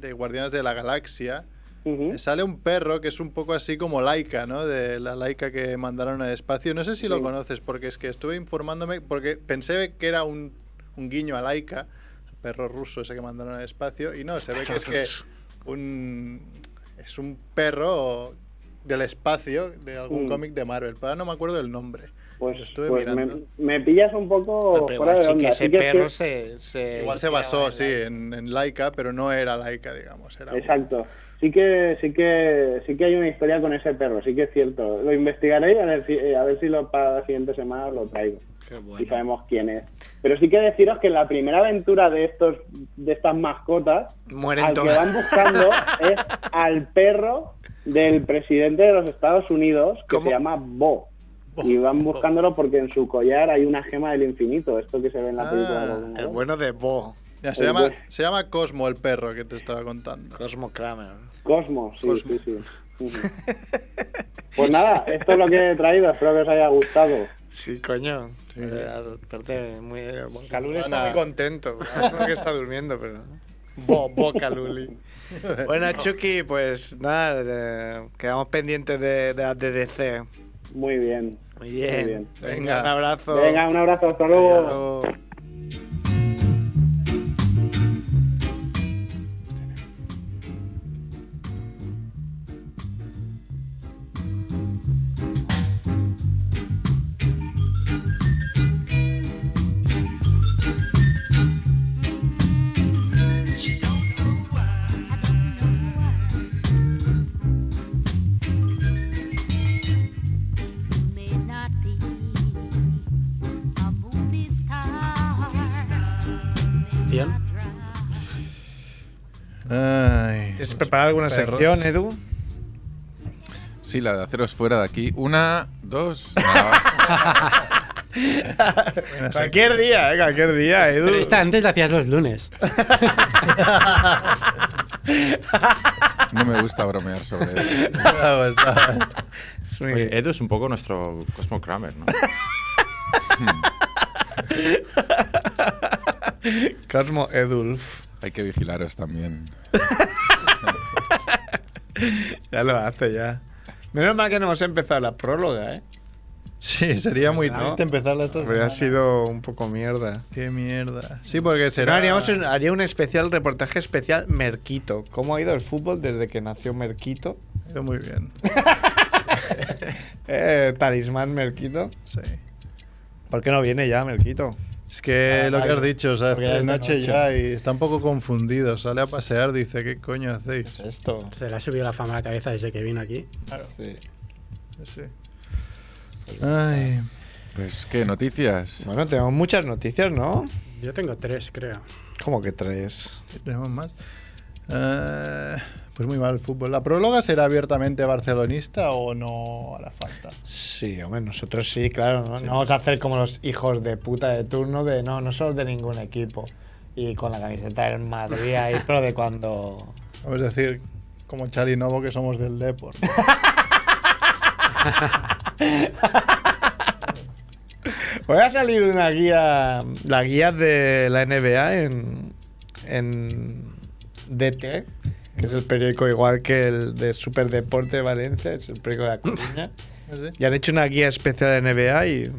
Speaker 3: de Guardianes de la Galaxia.
Speaker 7: Ujú.
Speaker 3: Sale un perro que es un poco así como Laika, ¿no? De la Laika que mandaron al espacio. No sé si lo
Speaker 7: Sí.
Speaker 3: conoces, porque es que estuve informándome, porque pensé que era un, un guiño a Laika, el perro ruso ese que mandaron al espacio, y no, se ve que es que un, es un perro del espacio de algún
Speaker 7: Mm.
Speaker 3: cómic de Marvel. Pero ahora no me acuerdo el nombre.
Speaker 7: Pues,
Speaker 3: estuve
Speaker 7: pues me,
Speaker 3: mirando.
Speaker 7: me pillas un poco
Speaker 3: Pero
Speaker 7: Oh, fuera
Speaker 3: igual
Speaker 7: de
Speaker 3: sí que
Speaker 7: onda.
Speaker 3: ese
Speaker 7: Sí que es
Speaker 3: perro
Speaker 7: que-
Speaker 3: se-
Speaker 1: Eh,
Speaker 3: Igual se basó, sí, en, en Laika, pero no era Laika, digamos. Era
Speaker 7: Exacto. Sí que, sí que, sí que hay una historia con ese perro, sí que es cierto. Lo investigaré y a ver si, eh, a ver si lo para la siguiente semana os lo traigo. Y sabemos quién es. Pero sí que deciros que en la primera aventura de estos, de estas mascotas,
Speaker 2: Mueren
Speaker 7: al
Speaker 2: todas.
Speaker 7: que van buscando es al perro del presidente de los Estados Unidos que se llama Bo. Y van buscándolo porque en su collar hay una gema del infinito, esto que se ve en la película. de Dragon
Speaker 2: El
Speaker 7: Ball.
Speaker 2: bueno de Bo.
Speaker 3: Ya, se,
Speaker 7: El
Speaker 3: llama,
Speaker 7: bue-
Speaker 3: se llama Cosmo el perro que te estaba contando.
Speaker 2: Cosmo Kramer.
Speaker 7: Cosmos, sí,
Speaker 3: Cosmo.
Speaker 7: sí, sí. Ujú. Pues nada, esto es lo que he traído, espero que os haya gustado.
Speaker 2: Sí, coño. Eh, Aparte, muy. eh, Bon Caluli
Speaker 3: Ana.
Speaker 2: está muy contento. Creo que está durmiendo, pero. Bo, Bo Caluli. Bueno, Chucky, pues nada, eh, quedamos pendientes de, de la DDC.
Speaker 7: Muy bien.
Speaker 2: Muy bien.
Speaker 7: Muy bien.
Speaker 2: Venga, un abrazo.
Speaker 7: Venga, un abrazo, hasta luego.
Speaker 8: may not be a movie star.
Speaker 1: Cien.
Speaker 2: ¿Tienes preparado alguna
Speaker 3: Perros.
Speaker 2: sección, Edu?
Speaker 4: Sí, la de haceros fuera de aquí. Una, dos. Ah,
Speaker 2: Cualquier día, eh, cualquier día, Edu.
Speaker 1: Pero esta antes la hacías los lunes.
Speaker 4: no me gusta bromear sobre eso.
Speaker 2: Es muy-
Speaker 5: Oye, Edu es un poco nuestro Cosmo Kramer, ¿no?
Speaker 2: Cosmo Edulf.
Speaker 4: Hay que vigilaros también.
Speaker 2: Ya lo hace, ya. Menos mal que no hemos empezado la próloga, ¿eh?
Speaker 3: Sí, sería muy
Speaker 2: No.
Speaker 3: triste empezarla esta
Speaker 2: Habría
Speaker 3: semana.
Speaker 2: sido un poco mierda.
Speaker 3: Qué mierda. Sí, porque
Speaker 2: Si no,
Speaker 3: será.
Speaker 2: haríamos un- haría un especial, reportaje especial Merquito. ¿Cómo ha ido el fútbol desde que nació Merquito?
Speaker 3: Muy bien.
Speaker 2: Eh, talismán Merquito.
Speaker 3: Sí.
Speaker 2: ¿Por qué no viene ya Merquito?
Speaker 3: Es que
Speaker 2: Ah,
Speaker 3: lo que
Speaker 2: vale.
Speaker 3: has dicho, o sea,
Speaker 2: Porque ya
Speaker 3: es
Speaker 2: es
Speaker 3: de
Speaker 2: de
Speaker 3: noche
Speaker 2: noche.
Speaker 3: ya y está un poco confundido. Sale a pasear, dice, ¿qué coño
Speaker 2: ¿Qué
Speaker 3: hacéis?
Speaker 2: es esto?
Speaker 1: Se le ha subido la fama a la cabeza desde que vino aquí.
Speaker 2: Sí.
Speaker 3: Sí. Ay.
Speaker 4: Pues, ¿qué? ¿Noticias?
Speaker 2: Bueno, tenemos muchas noticias, ¿no?
Speaker 1: Yo tengo tres, creo.
Speaker 2: Como que tres.
Speaker 3: ¿Qué tenemos más? Eh, pues muy mal el fútbol. ¿La próloga será abiertamente barcelonista o no hará falta?
Speaker 2: Sí, hombre, nosotros sí, claro. No, No vamos a hacer como los hijos de puta de turno de no, no somos de ningún equipo. Y con la camiseta del Madrid ahí, pero de cuando.
Speaker 3: Vamos a decir, como Charly Novo, que somos del Depor.
Speaker 2: Voy a salir una guía, la guía de la NBA en, en DT, que es el periódico igual que el de Superdeporte de Valencia, es el periódico de la Coruña.
Speaker 3: No sé.
Speaker 2: Y han hecho una guía especial de NBA y,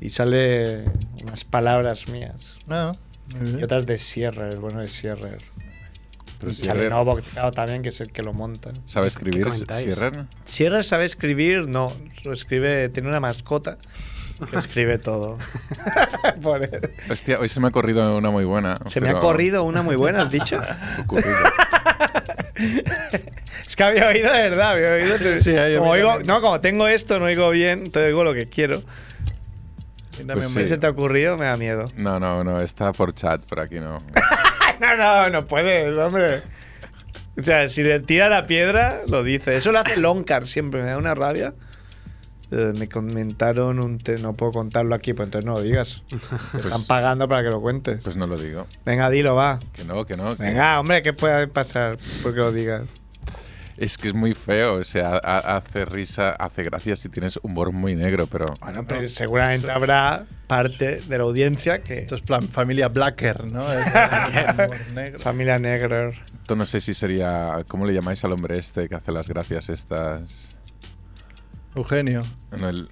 Speaker 2: y sale unas palabras mías.
Speaker 3: Ah, muy bien.
Speaker 2: Y otras de Sierrer, bueno, de Sierrer.
Speaker 4: Pero
Speaker 2: Y sale
Speaker 4: Sierrer,
Speaker 2: Novo, claro, también, que es el que lo monta.
Speaker 4: ¿Sabe escribir
Speaker 1: ¿Qué comentáis?
Speaker 4: Sierrer?
Speaker 2: Sierra sabe escribir, no, lo escribe, tiene una mascota que escribe todo. Por él.
Speaker 4: Hostia, hoy se me ha corrido una muy buena.
Speaker 2: Se me ha
Speaker 4: pero-
Speaker 2: corrido una muy buena, has dicho.
Speaker 4: ocurrido.
Speaker 2: es que había oído de verdad, había oído.
Speaker 3: sí, ahí
Speaker 2: como
Speaker 3: a mí
Speaker 2: oigo-
Speaker 3: también.
Speaker 2: no, como tengo esto, no oigo bien, entonces oigo lo que quiero.
Speaker 3: Dame
Speaker 4: Pues
Speaker 3: un
Speaker 4: sí.
Speaker 2: ¿Se
Speaker 3: beso.
Speaker 2: te ha ocurrido? Me da miedo.
Speaker 4: No, no, no, está por chat, por aquí no.
Speaker 2: Ay, no, no, no puedes, hombre. O sea, si le tira la piedra, lo dice. Eso lo hace Loncar siempre, me da una rabia. Eh, me comentaron un... te- no puedo contarlo aquí, pues entonces no lo digas. Te están
Speaker 4: Pues-
Speaker 2: pagando para que lo cuentes.
Speaker 4: Pues no lo digo.
Speaker 2: Venga, dilo, va.
Speaker 4: Que no, que no. que-
Speaker 2: Venga, hombre, ¿qué puede pasar? Porque lo digas.
Speaker 4: Es que es muy feo, o sea, ha- hace risa, hace gracia si tienes humor muy negro, pero...
Speaker 2: Bueno, pero seguramente habrá parte de la audiencia que.
Speaker 3: Esto es plan familia Blacker, ¿no? Es de humor negro.
Speaker 2: Familia Negra.
Speaker 4: Esto no sé si sería... ¿Cómo le llamáis al hombre este que hace las gracias estas?
Speaker 3: Eugenio.
Speaker 4: No, el,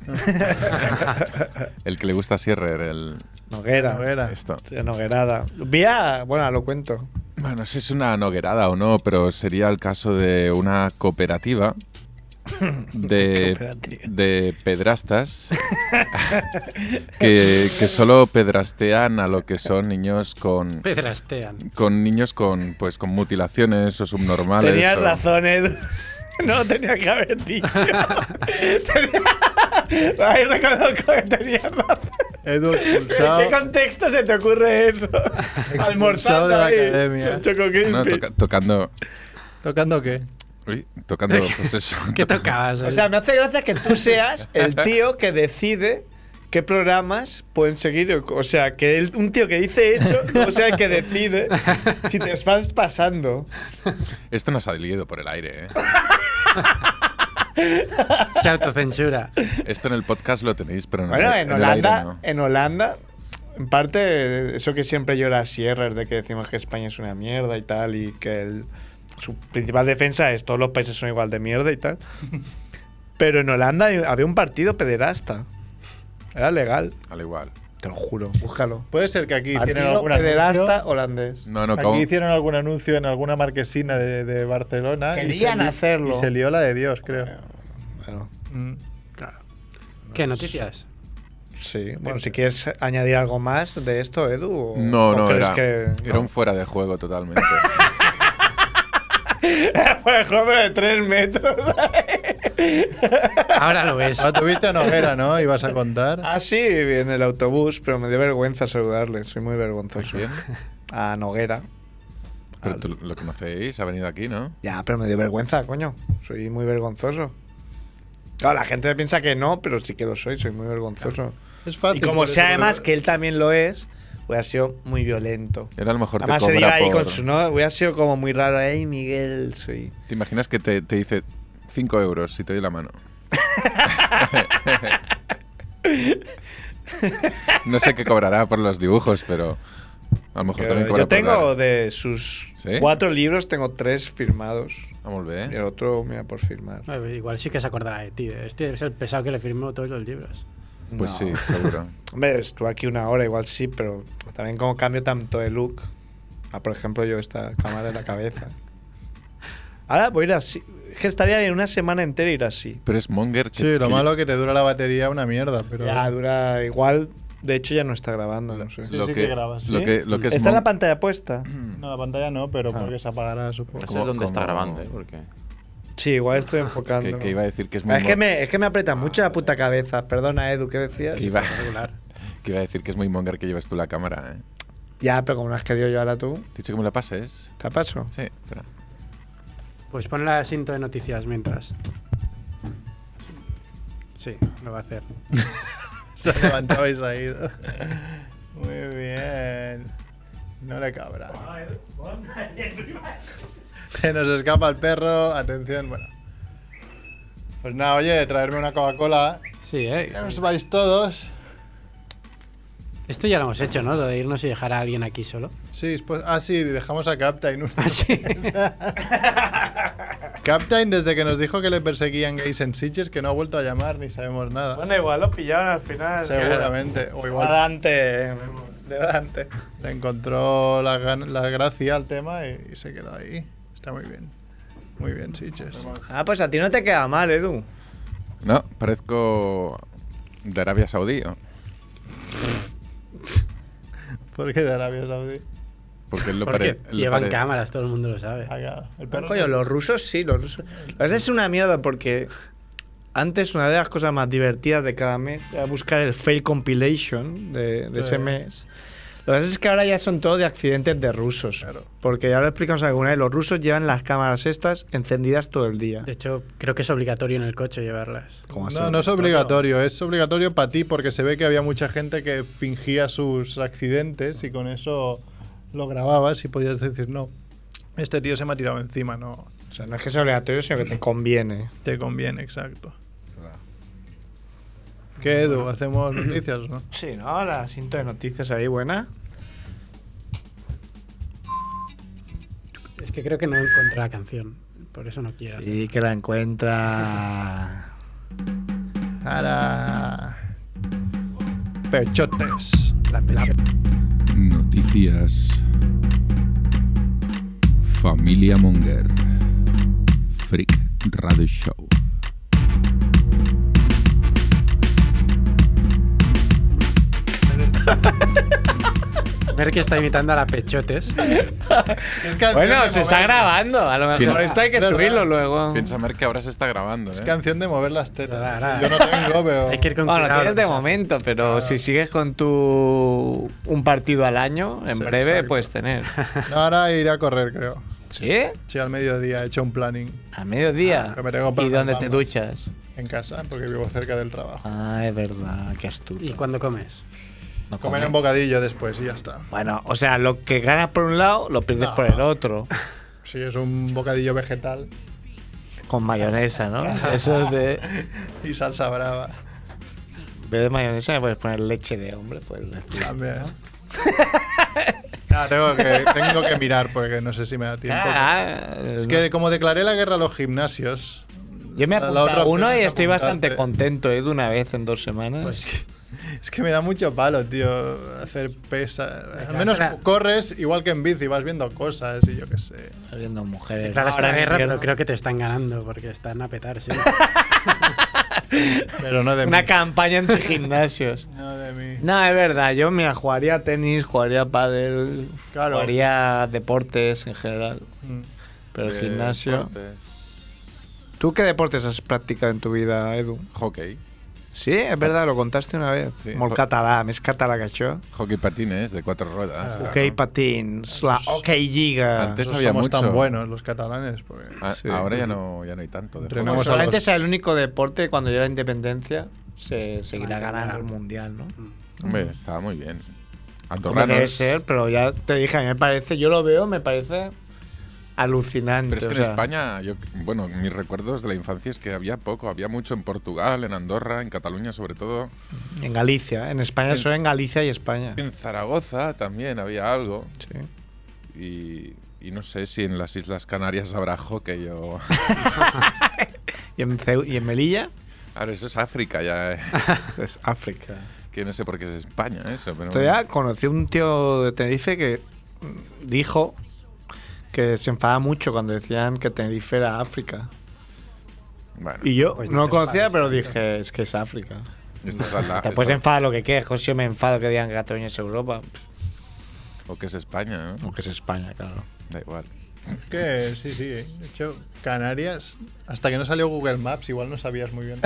Speaker 4: el que le gusta a Sierrer, el...
Speaker 2: Noguera.
Speaker 3: Noguera.
Speaker 4: Esto.
Speaker 2: Sí, Noguerada. Vía, bueno, lo cuento.
Speaker 4: Bueno, no sé si es una noguerada o no, pero sería el caso de una cooperativa de, de pedrastas que, que solo pedrastean a lo que son niños con
Speaker 1: Pedrastean.
Speaker 4: con niños con pues con mutilaciones o subnormales
Speaker 2: Tenías
Speaker 4: o-
Speaker 2: razón, Edu. No lo tenía que haber dicho. Tenía- Ahí reconozco que tenías razón.
Speaker 3: Edu
Speaker 2: ¿En qué
Speaker 3: expulsado.
Speaker 2: contexto se te ocurre eso?
Speaker 3: Expulsado
Speaker 2: Almorzando
Speaker 3: de la
Speaker 2: ahí.
Speaker 3: academia.
Speaker 2: Choco
Speaker 4: no,
Speaker 2: Crispy.
Speaker 4: toca- tocando
Speaker 3: ¿Tocando qué?
Speaker 4: uy, tocando pues eso
Speaker 1: ¿Qué
Speaker 4: toca-
Speaker 1: tocabas?
Speaker 2: O sea, me hace gracia que tú seas el tío que decide qué programas pueden seguir. o- O sea, que el- un tío que dice eso no sea el que decide si te vas pasando.
Speaker 4: esto nos ha salido por el aire ¿eh?
Speaker 1: Se autocensura.
Speaker 4: esto en el podcast lo tenéis pero en,
Speaker 2: Bueno,
Speaker 4: el,
Speaker 2: en
Speaker 4: en el aire
Speaker 2: Holanda,
Speaker 4: no.
Speaker 2: en Holanda, en parte, eso que siempre llora Sierra, de que decimos que España es una mierda y tal, y que el- su principal defensa es todos los países son igual de mierda y tal. Pero en Holanda hay- había un partido pederasta. Era legal,
Speaker 4: al igual
Speaker 2: te lo juro, búscalo.
Speaker 3: Puede ser que aquí hicieran
Speaker 2: Partido
Speaker 3: algún anuncio.
Speaker 2: pederasta holandés.
Speaker 4: no no como-
Speaker 3: Aquí hicieron algún anuncio en alguna marquesina de, de Barcelona. y se
Speaker 2: Querían
Speaker 3: li-
Speaker 2: hacerlo.
Speaker 3: Y se lió la de Dios, creo.
Speaker 2: Bueno,
Speaker 3: Mm.
Speaker 1: ¿Qué noticias?
Speaker 2: sí. Bueno, si quieres añadir algo más de esto, Edu. o-
Speaker 4: no
Speaker 2: o
Speaker 4: no
Speaker 2: crees
Speaker 4: era,
Speaker 2: que,
Speaker 4: era un fuera de juego totalmente
Speaker 2: Fue el juego de tres metros.
Speaker 1: Ahora lo ves.
Speaker 3: Ah, tuviste a Noguera, ¿no? Ibas a contar.
Speaker 2: Ah, sí, en el autobús, pero me dio vergüenza saludarle, soy muy vergonzoso.
Speaker 4: ¿Quién?
Speaker 2: A Noguera.
Speaker 4: pero tú lo conocéis ha venido aquí no
Speaker 2: Ya, pero me dio vergüenza, coño. Soy muy vergonzoso. Claro, la gente piensa que no, pero sí que lo soy, soy muy vergonzoso.
Speaker 3: Es fácil.
Speaker 2: Y
Speaker 4: Ah,
Speaker 2: como
Speaker 3: por
Speaker 2: sea
Speaker 3: eso,
Speaker 2: además
Speaker 3: pero-
Speaker 2: que él también lo es, hubiera sido muy violento.
Speaker 4: era a lo mejor
Speaker 2: Además
Speaker 4: te
Speaker 2: se
Speaker 4: cobra
Speaker 2: diga ahí
Speaker 4: por-
Speaker 2: con su no, hubiera sido como muy raro, hey Miguel, soy.
Speaker 4: te imaginas que te, te dice 5 euros si te doy la mano no sé qué cobrará por los dibujos pero a lo mejor
Speaker 2: Pero
Speaker 4: también cobra
Speaker 2: yo
Speaker 4: por
Speaker 2: tengo
Speaker 4: dar.
Speaker 2: de sus
Speaker 4: ¿Sí? Ah,
Speaker 2: cuatro libros, tengo tres firmados.
Speaker 4: Vamos a
Speaker 2: Y
Speaker 4: ver,
Speaker 2: el otro, mira, por firmar.
Speaker 1: Bueno, Ah, Igual sí que se acordaba de ti. Este es el pesado que le firmó todos los libros.
Speaker 4: Pues
Speaker 2: No.
Speaker 4: sí, seguro.
Speaker 2: Hombre, estuve aquí una hora, igual sí, pero también como cambio tanto de look. Ah, por ejemplo, yo esta cámara en la cabeza. Ahora voy a ir así. Es que estaría bien una semana entera ir así.
Speaker 4: Pero es Monger que,
Speaker 3: Sí, lo
Speaker 4: que-
Speaker 3: malo que te dura la batería una mierda, pero.
Speaker 2: Ya dura igual. De hecho, ya no está grabando. No sé.
Speaker 4: lo
Speaker 3: sí
Speaker 4: que,
Speaker 3: que grabas,
Speaker 4: lo
Speaker 3: ¿sí?
Speaker 4: que lo que es
Speaker 2: Está en la
Speaker 4: Mon-
Speaker 2: pantalla puesta.
Speaker 3: No, la pantalla no, pero
Speaker 2: Ah.
Speaker 3: porque se apagará, supongo.
Speaker 5: No sé
Speaker 4: Como-
Speaker 5: dónde está
Speaker 4: como-
Speaker 5: grabando, ¿eh? Porque...
Speaker 2: Sí, igual estoy
Speaker 4: que,
Speaker 2: enfocando.
Speaker 4: que iba a decir que es muy
Speaker 2: es, que
Speaker 4: mon- Ah.
Speaker 2: me, es que me aprieta mucho la puta cabeza. Perdona, Edu, ¿qué decías?
Speaker 4: que iba que iba a decir que es muy monger que llevas tú la cámara, ¿eh?
Speaker 2: Ya, pero como no has querido llevarla tú,
Speaker 4: ¿Te he dicho que me la pases?
Speaker 2: te paso.
Speaker 4: Sí, espera.
Speaker 1: Pues pon la cinta de noticias mientras. Sí, lo va a hacer.
Speaker 3: Se levantaba y se ha ido. Muy bien. No le cabrá. Se nos escapa el perro. Atención, bueno. Pues nada, oye, traerme una Coca-Cola.
Speaker 1: Sí, eh.
Speaker 3: Ya os vais todos.
Speaker 1: Esto ya lo hemos hecho, ¿no? Lo de irnos y dejar a alguien aquí solo.
Speaker 3: Sí, pues, ah, sí, dejamos a Captain.
Speaker 1: Ah, sí.
Speaker 3: Captain, desde que nos dijo que le perseguían gays en Sitges, que no ha vuelto a llamar ni sabemos nada.
Speaker 2: igual lo pillaron al final.
Speaker 3: Seguramente. O
Speaker 2: Igual.
Speaker 3: igual
Speaker 2: Dante. De Dante.
Speaker 3: le encontró la, gan- la gracia al tema y, y se quedó ahí. Está muy bien. Muy bien, Sitges.
Speaker 2: Ah, pues a ti no te queda mal, Edu.
Speaker 4: No, parezco de Arabia Saudí, ¿o?
Speaker 3: ¿Por qué de Arabia Saudí?
Speaker 4: porque él lo
Speaker 1: Porque
Speaker 4: pare- él lo
Speaker 1: llevan
Speaker 4: pare-
Speaker 1: cámaras, todo el mundo lo sabe.
Speaker 3: Acá, el
Speaker 2: Pero
Speaker 3: perro.
Speaker 2: coño, los rusos sí, los rusos. La verdad es una mierda porque antes una de las cosas más divertidas de cada mes era buscar el fail compilation de, de ese
Speaker 3: Sí.
Speaker 2: mes. Lo que pasa es que ahora ya son todo de accidentes de rusos.
Speaker 3: Claro.
Speaker 2: Porque ya lo explicamos alguna vez, los rusos llevan las cámaras estas encendidas todo el día.
Speaker 1: De hecho, creo que es obligatorio en el coche llevarlas.
Speaker 2: ¿Cómo
Speaker 3: No,
Speaker 2: así?
Speaker 3: no es obligatorio, es obligatorio para ti porque se ve que había mucha gente que fingía sus accidentes y con eso lo grababas y podías decir, no, este tío se me ha tirado encima, no
Speaker 2: O sea, no es que sea obligatorio, sino que te conviene.
Speaker 3: te conviene, exacto. ¿Qué, Edu? ¿Hacemos noticias o no?
Speaker 2: Sí, ¿no? La cinta de noticias ahí buena.
Speaker 1: Es que creo que no encuentra la canción. Por eso no quiero. hacer.
Speaker 2: Sí, que la encuentra...
Speaker 3: Ahora... Pechotes.
Speaker 1: La peli-
Speaker 9: Noticias. Familia Monger. Freak Radio Show.
Speaker 1: Ver que está imitando a la Pechotes.
Speaker 7: Bueno, se está grabando. A lo
Speaker 4: Piensa-
Speaker 7: mejor esto hay que
Speaker 3: Es verdad.
Speaker 7: subirlo luego.
Speaker 4: Piensa Mer que ahora se está grabando,
Speaker 3: Es
Speaker 4: ¿eh?
Speaker 3: canción de mover las tetas.
Speaker 1: Claro,
Speaker 3: Yo no tengo, pero.
Speaker 1: Hay que ir con
Speaker 7: Bueno,
Speaker 1: cuidado,
Speaker 7: tienes de
Speaker 1: o sea.
Speaker 7: momento, pero si sigues con tu un partido al año, en
Speaker 3: Sí,
Speaker 7: breve
Speaker 3: exacto.
Speaker 7: puedes tener.
Speaker 3: No, ahora iré a correr, creo.
Speaker 7: ¿Sí?
Speaker 3: Sí, al mediodía he hecho un planning
Speaker 7: A mediodía.
Speaker 3: Ah, que me tengo que comprar
Speaker 7: ¿Y dónde
Speaker 3: unas
Speaker 7: te
Speaker 3: gambas.
Speaker 7: duchas?
Speaker 3: en casa porque vivo cerca del trabajo.
Speaker 7: Ah, es verdad, qué astuto.
Speaker 1: ¿Y cuando comes?
Speaker 7: No
Speaker 3: Comer
Speaker 7: come.
Speaker 3: un bocadillo después y ya está.
Speaker 7: Bueno, o sea, lo que ganas por un lado, lo pierdes
Speaker 3: No.
Speaker 7: por el otro.
Speaker 3: Si es un bocadillo vegetal
Speaker 7: Con mayonesa, ¿no? Eso es de.
Speaker 3: y salsa brava.
Speaker 7: En vez de mayonesa le puedes poner leche de hombre, pues.
Speaker 3: También. No, tengo que, tengo que mirar porque no sé si me da tiempo.
Speaker 7: Ah,
Speaker 3: Es
Speaker 7: no.
Speaker 3: que como declaré la guerra a los gimnasios,
Speaker 7: Yo me he
Speaker 3: la
Speaker 7: apuntado
Speaker 3: otra
Speaker 7: a
Speaker 3: opción
Speaker 7: uno y
Speaker 3: es
Speaker 7: estoy bastante
Speaker 3: apuntarte.
Speaker 7: contento, ¿eh? De una vez en dos semanas.
Speaker 3: pues es que, es que me da mucho palo, tío, hacer pesa. Al menos
Speaker 1: Declara-
Speaker 3: corres igual que en bici, vas viendo cosas y yo qué sé.
Speaker 7: Estoy viendo mujeres.
Speaker 1: Claro, esta
Speaker 7: Ahora en
Speaker 1: guerra, pero
Speaker 7: invierno.
Speaker 1: creo que te están ganando porque están a petar, sí.
Speaker 3: Pero no de mí.
Speaker 7: Una campaña entre gimnasios.
Speaker 3: No de mí.
Speaker 7: No, es verdad. Yo me jugaría a tenis, jugaría a pádel,
Speaker 3: Claro.
Speaker 7: jugaría a deportes en general.
Speaker 3: Mm.
Speaker 7: Pero
Speaker 4: Eh,
Speaker 7: gimnasio.
Speaker 4: deportes,
Speaker 2: ¿Tú qué deportes has practicado en tu vida, Edu?
Speaker 4: Hockey.
Speaker 2: Sí, es verdad, lo contaste una vez.
Speaker 4: Sí. Ah.
Speaker 2: Molt català, més català que això.
Speaker 4: Hockey patines de cuatro ruedas.
Speaker 3: Ah,
Speaker 4: claro.
Speaker 2: Ok, patins, la ok lliga.
Speaker 4: Antes
Speaker 3: No
Speaker 4: había
Speaker 3: somos
Speaker 4: mucho.
Speaker 3: tan buenos los catalanes. porque-
Speaker 4: A-
Speaker 2: Sí.
Speaker 4: Ahora ya no, ya no hay tanto. De
Speaker 3: Entrenamos
Speaker 4: hockey.
Speaker 3: a
Speaker 7: Solamente
Speaker 3: los-
Speaker 7: sea el único deporte que cuando llega la independencia se seguirá ganando el mundial, ¿no?
Speaker 4: Hombre, estaba muy bien.
Speaker 7: Como debe
Speaker 4: Andorranos.
Speaker 7: ser, pero ya te dije, a mí me parece, yo lo veo, me parece alucinante.
Speaker 4: Pero es que
Speaker 7: o
Speaker 4: en
Speaker 7: sea,
Speaker 4: España, yo, bueno, mis recuerdos de la infancia es que había poco, había mucho en Portugal, en Andorra, en Cataluña sobre todo.
Speaker 7: En Galicia, ¿eh? en España, solo en Galicia y España.
Speaker 4: En Zaragoza también había algo.
Speaker 7: Sí.
Speaker 4: Y, y no sé si en las Islas Canarias habrá hockey o...
Speaker 7: ¿Y, en Ceu- y en Melilla,
Speaker 4: Ahora, eso es África ya, eh.
Speaker 7: es África.
Speaker 4: que no sé por qué es España eso, pero...
Speaker 2: Entonces ya conocí un tío de Tenerife que mm, dijo que se enfadaba mucho cuando decían que Tenerife era África.
Speaker 4: Bueno,
Speaker 2: Y yo
Speaker 1: Pues no
Speaker 2: no lo
Speaker 1: te
Speaker 2: conocía,
Speaker 1: enfades,
Speaker 2: pero dije, es que es África.
Speaker 4: esto es al-
Speaker 7: Te puedes
Speaker 4: esto-
Speaker 7: enfadar Ah, lo que quieras, José, yo me enfado que digan que Cataluña es Europa.
Speaker 4: o que es España, ¿no?
Speaker 7: O que es España, claro.
Speaker 4: Da igual.
Speaker 3: Es que sí, sí. eh. De hecho, Canarias, hasta que no salió Google Maps, igual no sabías muy bien.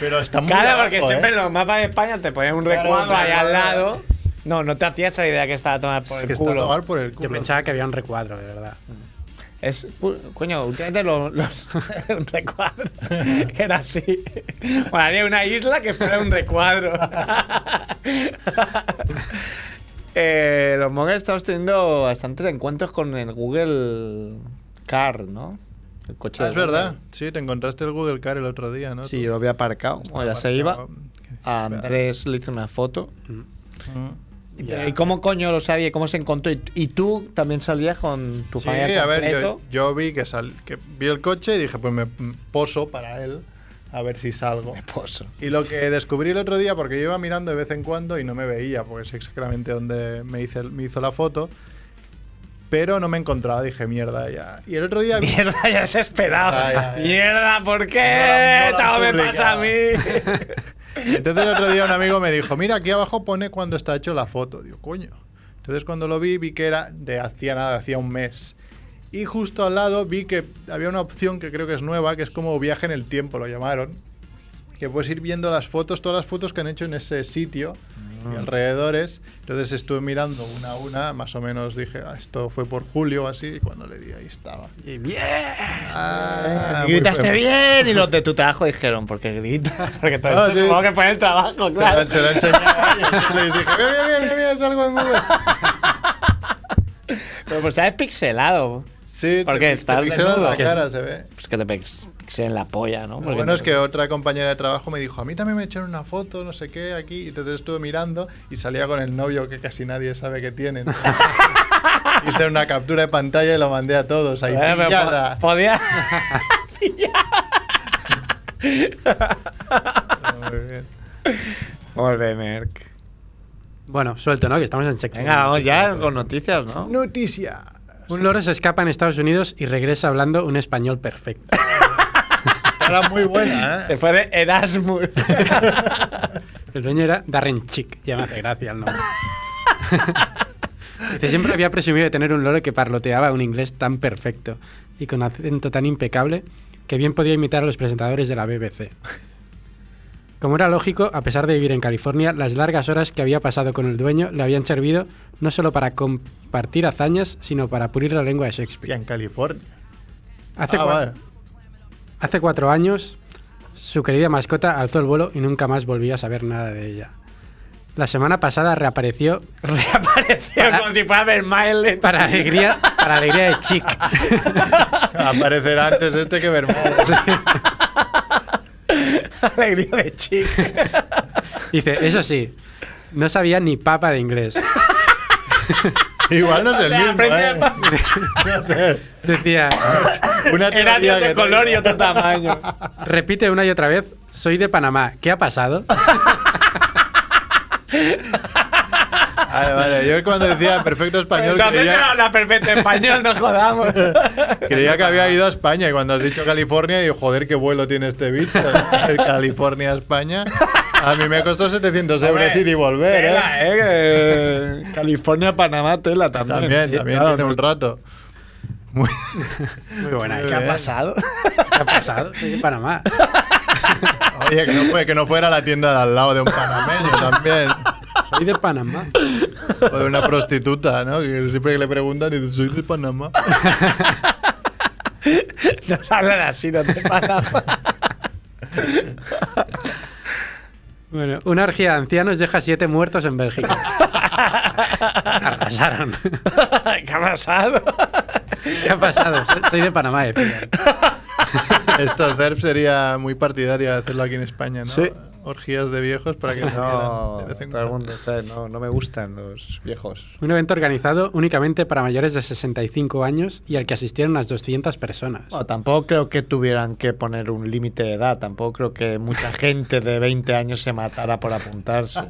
Speaker 3: Pero está muy
Speaker 7: Claro, porque
Speaker 3: abajo,
Speaker 7: siempre
Speaker 3: ¿eh?
Speaker 7: en los mapas de España te ponían un
Speaker 3: Claro,
Speaker 7: recuadro ahí al
Speaker 3: recuadro.
Speaker 7: lado. No, no te hacías la idea que estaba tomada por
Speaker 3: Es
Speaker 7: el
Speaker 3: que está a
Speaker 7: culo.
Speaker 3: tomar por el culo.
Speaker 1: Yo pensaba que había un recuadro, de verdad.
Speaker 7: Es, pu- coño, últimamente lo, lo- un recuadro. Era así. Bueno, había una isla que fuera un recuadro. Eh, los monjes estamos teniendo bastantes encuentros con el Google Car, ¿no? El coche
Speaker 3: Ah,
Speaker 7: de
Speaker 3: es
Speaker 7: Google.
Speaker 3: verdad. Sí, te encontraste el Google Car el otro día, ¿no?
Speaker 7: Sí, yo lo había aparcado. Bueno, ya se iba. A Andrés le hice una foto.
Speaker 3: Mm.
Speaker 1: Ya.
Speaker 7: Pero, ¿Y cómo coño lo sabía? ¿Cómo se encontró? ¿Y, y tú también salías con tu
Speaker 3: Sí,
Speaker 7: familia
Speaker 3: a ver, yo,
Speaker 7: completo?
Speaker 3: yo vi que, sal- que vi el coche y dije, pues me poso para él a ver si salgo.
Speaker 7: Esposo.
Speaker 3: Y lo que descubrí el otro día, porque yo iba mirando de vez en cuando y no me veía, porque sé exactamente dónde me, hice el- me hizo la foto, pero no me encontraba, dije, mierda, ya. Y el otro día... vi-
Speaker 7: Mierda, ya se esperaba.
Speaker 3: Ay, ay, ay.
Speaker 7: Mierda, ¿por
Speaker 3: No la-
Speaker 7: qué?
Speaker 3: no la
Speaker 7: Todo me
Speaker 3: publica.
Speaker 7: pasa a mí.
Speaker 3: Entonces el otro día un amigo me dijo, mira, aquí abajo pone cuando está hecho la foto. Digo, coño. Entonces cuando lo vi, vi que era de hacía nada, hacía un mes. Y justo al lado vi que había una opción que creo que es nueva, que es como viaje en el tiempo, lo llamaron. Que puedes ir viendo las fotos, todas las fotos que han hecho en ese sitio y alrededores. Entonces estuve mirando una a una, más o menos dije, "Ah, esto fue por julio o así, y cuando le di ahí estaba.
Speaker 7: Y bien.
Speaker 3: Ah,
Speaker 7: Y
Speaker 3: muy
Speaker 7: gritaste
Speaker 3: feo.
Speaker 7: bien. Y los de tu trabajo dijeron, ¿por qué gritas? Porque todo
Speaker 3: Ah,
Speaker 7: esto
Speaker 3: sí.
Speaker 7: supongo que fue en el trabajo,
Speaker 3: Se lo,
Speaker 7: claro.
Speaker 3: se lo enseñé a ellos, y Les dije, mira, mira, mira, mira, es algo en Google.
Speaker 7: Pero pues sabes pixelado.
Speaker 3: Sí,
Speaker 7: Porque
Speaker 3: te,
Speaker 7: está
Speaker 3: te pixelan
Speaker 7: desnudo.
Speaker 3: la cara, se ve.
Speaker 7: Pues que te pix- pixelen la polla, ¿no?
Speaker 3: Lo bueno es que otra compañera de trabajo me dijo, a mí también me echaron una foto, no sé qué, aquí. Y entonces estuve mirando y salía con el novio que casi nadie sabe que tienen. Hice una captura de pantalla y lo mandé a todos. Ahí,
Speaker 7: Bueno, Eh, pero po-
Speaker 3: pillada.
Speaker 7: podía.
Speaker 3: Ah, Muy bien.
Speaker 2: Molt bé, Merck.
Speaker 1: Bueno, suelto, ¿no? Que estamos en sección.
Speaker 7: Venga, vamos ya con noticias, ¿no?
Speaker 3: Noticia.
Speaker 1: Un loro se escapa en Estados Unidos y regresa hablando un español perfecto.
Speaker 3: Era muy buena,
Speaker 7: Se
Speaker 3: ¿eh?
Speaker 7: fue de Erasmus.
Speaker 1: El dueño era Darren Chick, ya me hace gracia el nombre. Dice, siempre había presumido de tener un loro que parloteaba un inglés tan perfecto y con acento tan impecable que bien podía imitar a los presentadores de la BBC. Como era lógico, a pesar de vivir en California, las largas horas que había pasado con el dueño le habían servido no solo para compartir hazañas, sino para pulir la lengua de Shakespeare.
Speaker 3: en California.
Speaker 1: Hace,
Speaker 3: Ah,
Speaker 1: cua-
Speaker 3: vale.
Speaker 1: hace cuatro años, su querida mascota alzó el vuelo y nunca más volví a saber nada de ella. La semana pasada reapareció
Speaker 7: Como si fuera Vermaelen.
Speaker 1: para alegría, para alegría de Chic.
Speaker 3: Aparecerá antes este que Bermuda.
Speaker 7: Alegría de chic.
Speaker 1: Dice, eso sí, no sabía ni papa de inglés.
Speaker 3: Igual no es el
Speaker 7: Le
Speaker 3: mismo.
Speaker 7: aprende
Speaker 3: ¿eh? No sé.
Speaker 1: Decía,
Speaker 3: Una
Speaker 7: Era
Speaker 3: teoría
Speaker 7: Dios de
Speaker 3: que
Speaker 7: color y otro tamaño.
Speaker 1: repite una y otra vez, soy de Panamá, ¿qué ha pasado?
Speaker 3: Vale, vale. Yo cuando decía perfecto español
Speaker 7: Entonces era
Speaker 3: creía,
Speaker 7: la perfecta español, no jodamos.
Speaker 3: creía que había ido a España. Y cuando has dicho California, digo, joder, qué vuelo tiene este bicho. El California a España. A mí me costó 700 euros
Speaker 7: Hombre,
Speaker 3: ir y volver, ¿eh?
Speaker 7: Tela, eh, que- California, Panamá, tela
Speaker 2: ¿eh?
Speaker 7: también.
Speaker 3: También,
Speaker 7: Sí,
Speaker 3: también
Speaker 7: claro,
Speaker 3: tiene un rato.
Speaker 1: Muy buena,
Speaker 3: Muy
Speaker 1: ¿qué
Speaker 7: ¿Qué ha
Speaker 1: ha,
Speaker 3: bien.
Speaker 7: pasado?
Speaker 1: qué ha pasado? Soy de Panamá.
Speaker 3: Oye, que no, fue, que no fuera la tienda de al lado de un panameño también.
Speaker 1: Soy de Panamá.
Speaker 3: O de una prostituta, ¿no? Que siempre que le preguntan, dice, soy de Panamá.
Speaker 7: Nos hablan así, no te Panamá.
Speaker 1: Bueno, una orgía de ancianos deja siete muertos en Bélgica. Arrasaron.
Speaker 7: ¿Qué ha pasado?
Speaker 1: ¿Qué ha pasado? Soy- Soy de Panamá, eh, decía.
Speaker 3: Esto, CERF sería muy partidaria de hacerlo aquí en España, ¿no?
Speaker 2: Sí.
Speaker 3: Orgías de viejos para que se vieran de
Speaker 2: No,
Speaker 3: vez en
Speaker 2: todo el
Speaker 3: cuando.
Speaker 2: mundo, ¿sabes? No, no me gustan los viejos.
Speaker 1: Un evento organizado únicamente para mayores de 65 años y al que asistieron unas 200 personas.
Speaker 2: Bueno, tampoco creo que tuvieran que poner un límite de edad. Tampoco creo que mucha gente de 20 años se matara por apuntarse.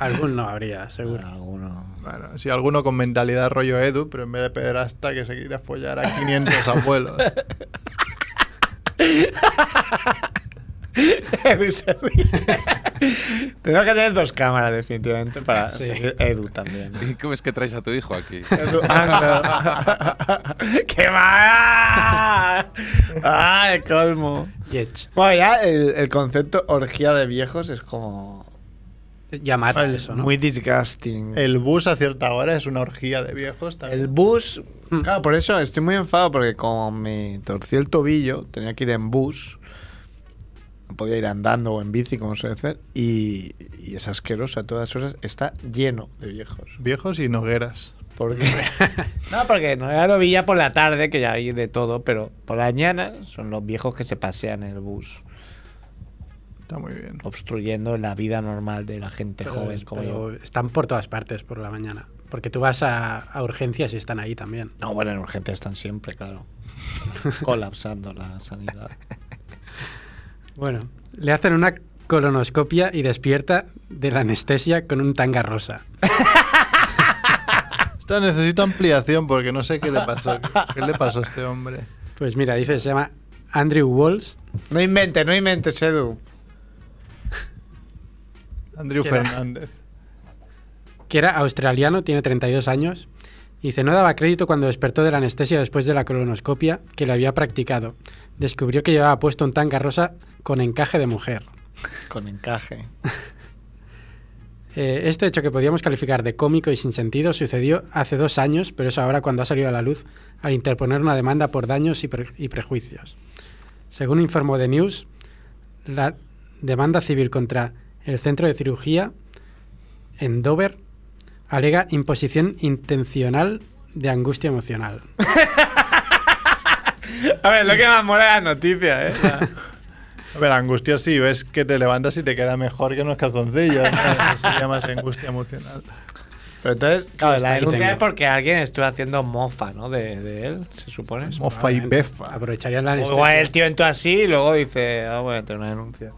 Speaker 1: Algún no habría,
Speaker 7: Ah.
Speaker 1: seguro.
Speaker 2: Alguno.
Speaker 3: Bueno, si alguno con mentalidad rollo Edu, pero en vez de pederasta que se quiera follar a 500 abuelos.
Speaker 7: Edu se ríe. Tenemos que tener dos cámaras, definitivamente, para
Speaker 1: Sí.
Speaker 7: seguir Edu también.
Speaker 4: ¿Y cómo es que traes a tu hijo aquí?
Speaker 7: Edu, ah, no. ¡Qué va! ¡Ah, el colmo!
Speaker 1: Yech.
Speaker 7: Bueno, ya el, el concepto orgía de viejos es como
Speaker 1: Ya mata eso, ¿no?
Speaker 7: muy disgusting.
Speaker 3: El bus a cierta hora es una orgía de viejos también.
Speaker 7: El bus.
Speaker 1: Mm.
Speaker 2: Claro, por eso estoy muy enfadado porque como me torcí el tobillo, tenía que ir en bus. No podía ir andando o en bici, como suele hacer. Y, y es asqueroso a todas horas. Está lleno de viejos.
Speaker 3: Viejos y nogueras.
Speaker 2: Porque
Speaker 7: No, porque no era lo vi ya por la tarde, que ya hay de todo, pero por la mañana son los viejos que se pasean en el bus,
Speaker 3: Está muy bien.
Speaker 7: obstruyendo la vida normal de la gente
Speaker 1: Pero-
Speaker 7: joven como
Speaker 1: pero
Speaker 7: yo.
Speaker 1: están por todas partes por la mañana. Porque tú vas a, a urgencias y están ahí también.
Speaker 7: No, bueno, en urgencia están siempre, claro. Colapsando la sanidad.
Speaker 1: Bueno, le hacen una colonoscopia y despierta de la anestesia con un tanga rosa.
Speaker 3: Esta necesita ampliación porque no sé qué le pasó. ¿Qué le pasó a este hombre?
Speaker 1: Pues mira, dice, se llama Andrew Walls.
Speaker 2: no inventes, no inventes, Edu.
Speaker 3: Andrew
Speaker 1: ¿Quién era?
Speaker 3: Fernández.
Speaker 1: que era australiano, tiene 32 años. y Dice, no daba crédito cuando despertó de la anestesia después de la colonoscopia que le había practicado. Descubrió que llevaba puesto un tanga rosa con encaje de mujer.
Speaker 2: Con encaje.
Speaker 1: Eh, este hecho que podíamos calificar de cómico y sin sentido sucedió hace dos años, pero es ahora cuando ha salido a la luz al interponer una demanda por daños y, pre- y prejuicios. Según informó The News, la demanda civil contra el Centro de Cirugía en Dover alega imposición intencional de angustia emocional.
Speaker 7: A ver, lo que más mola es la noticia, ¿eh?
Speaker 3: A ver, angustia sí, ves que te levantas y te queda mejor que unos calzoncillos. ¿no? Eso se llama angustia emocional.
Speaker 2: Pero entonces,
Speaker 7: Claro, la
Speaker 1: ahí
Speaker 7: denuncia
Speaker 1: tengo.
Speaker 7: es porque alguien estuvo haciendo mofa, ¿no? De, de él, se supone.
Speaker 3: Mofa y befa.
Speaker 1: Aprovecharían la
Speaker 7: O igual el
Speaker 1: anestesia.
Speaker 7: tío entró así y luego dice, ah, bueno, tengo una denuncia.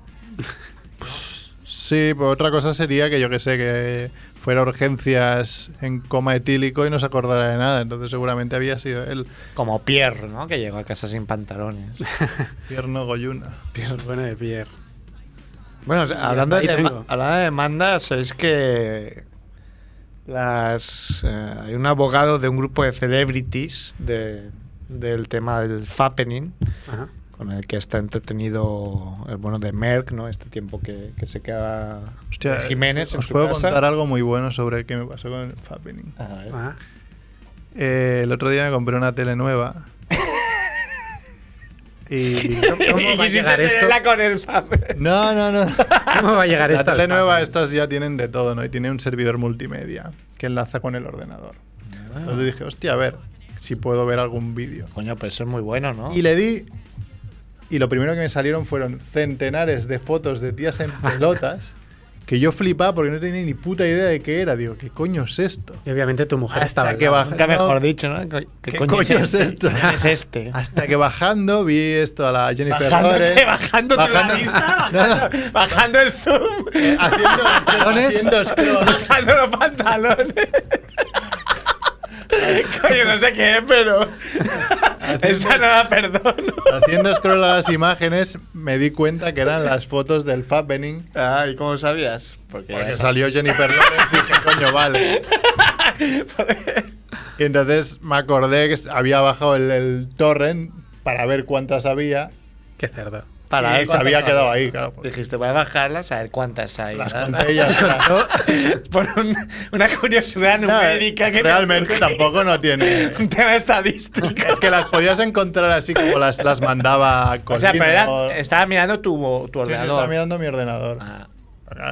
Speaker 3: Sí, pues otra cosa sería que yo que sé, que fuera urgencias en coma etílico y no se acordara de nada. Entonces seguramente había sido él,
Speaker 7: Como Pierre, ¿no? Que llegó a casa sin pantalones.
Speaker 3: Pierno Goyuna.
Speaker 1: Pierre, bueno, de Pierre.
Speaker 10: Bueno, o
Speaker 2: Y
Speaker 10: sea,
Speaker 2: hasta
Speaker 10: hablando, de
Speaker 2: ahí
Speaker 10: dema-
Speaker 2: tengo.
Speaker 10: hablando de demandas, sabéis que las eh, hay un abogado de un grupo de celebrities de- del tema del fappening,
Speaker 1: Ajá.
Speaker 10: con el que está entretenido el bueno de Merck, ¿no? Este tiempo que, que se queda
Speaker 3: Hostia,
Speaker 10: Jiménez en
Speaker 3: Eh, Os
Speaker 10: su
Speaker 3: puedo
Speaker 10: casa.
Speaker 3: contar algo muy bueno sobre qué me pasó con el Fappening.
Speaker 2: Ah,
Speaker 3: Eh, el otro día me compré una tele nueva. y.
Speaker 7: ¿Cómo va a llegar esto? con el
Speaker 3: No, no, no.
Speaker 1: ¿Cómo va a llegar
Speaker 3: la
Speaker 1: esto Ah, al
Speaker 3: tele nueva,
Speaker 1: Fappening?
Speaker 3: estas ya tienen de todo, ¿no? Y tiene un servidor multimedia que enlaza con el ordenador. Entonces dije, hostia, a ver si puedo ver algún vídeo.
Speaker 2: Coño, pues eso es muy bueno, ¿no?
Speaker 3: Y le di. Y lo primero que me salieron fueron centenares de fotos de tías en pelotas. Que yo flipaba porque no tenía ni puta idea de qué era. Digo, ¿qué coño es esto?
Speaker 1: Y obviamente tu mujer estaba al
Speaker 3: que
Speaker 1: lado.
Speaker 3: baja-
Speaker 1: Nunca mejor
Speaker 2: dicho, ¿no? ¿Qué,
Speaker 1: coño es este?
Speaker 3: esto?
Speaker 1: ¿Qué coño es
Speaker 7: Ah,
Speaker 1: este?
Speaker 3: Hasta que bajando vi esto a la Jennifer
Speaker 7: Bajándote,
Speaker 3: Lawrence.
Speaker 7: bajándote
Speaker 3: bajando-
Speaker 7: la lista, bajando, bajando el zoom.
Speaker 3: eh, haciendo haciendo scroll.
Speaker 7: Bajando los pantalones. Coño, no sé qué es, pero. Esta no la perdono.
Speaker 3: Haciendo scroll a las imágenes, me di cuenta que eran las fotos del Fappening.
Speaker 2: Ah, ¿y cómo sabías? Porque,
Speaker 3: Porque salió Jennifer Lawrence y dije, coño, vale. Y entonces me acordé que había bajado el, el torrent para ver cuántas había.
Speaker 1: Qué cerdo.
Speaker 3: y se había quedado ahí, claro.
Speaker 2: Dijiste, voy a bajarlas a ver cuántas hay. Las
Speaker 3: conté y ya está.
Speaker 2: Por un- una curiosidad numérica que
Speaker 3: Realmente tampoco no tiene.
Speaker 2: Un tema estadístico.
Speaker 3: Es que las podías encontrar así como las, las mandaba con
Speaker 2: O sea, pero era- estaba mirando tu, tu ordenador. Ah.
Speaker 3: estaba mirando mi ordenador.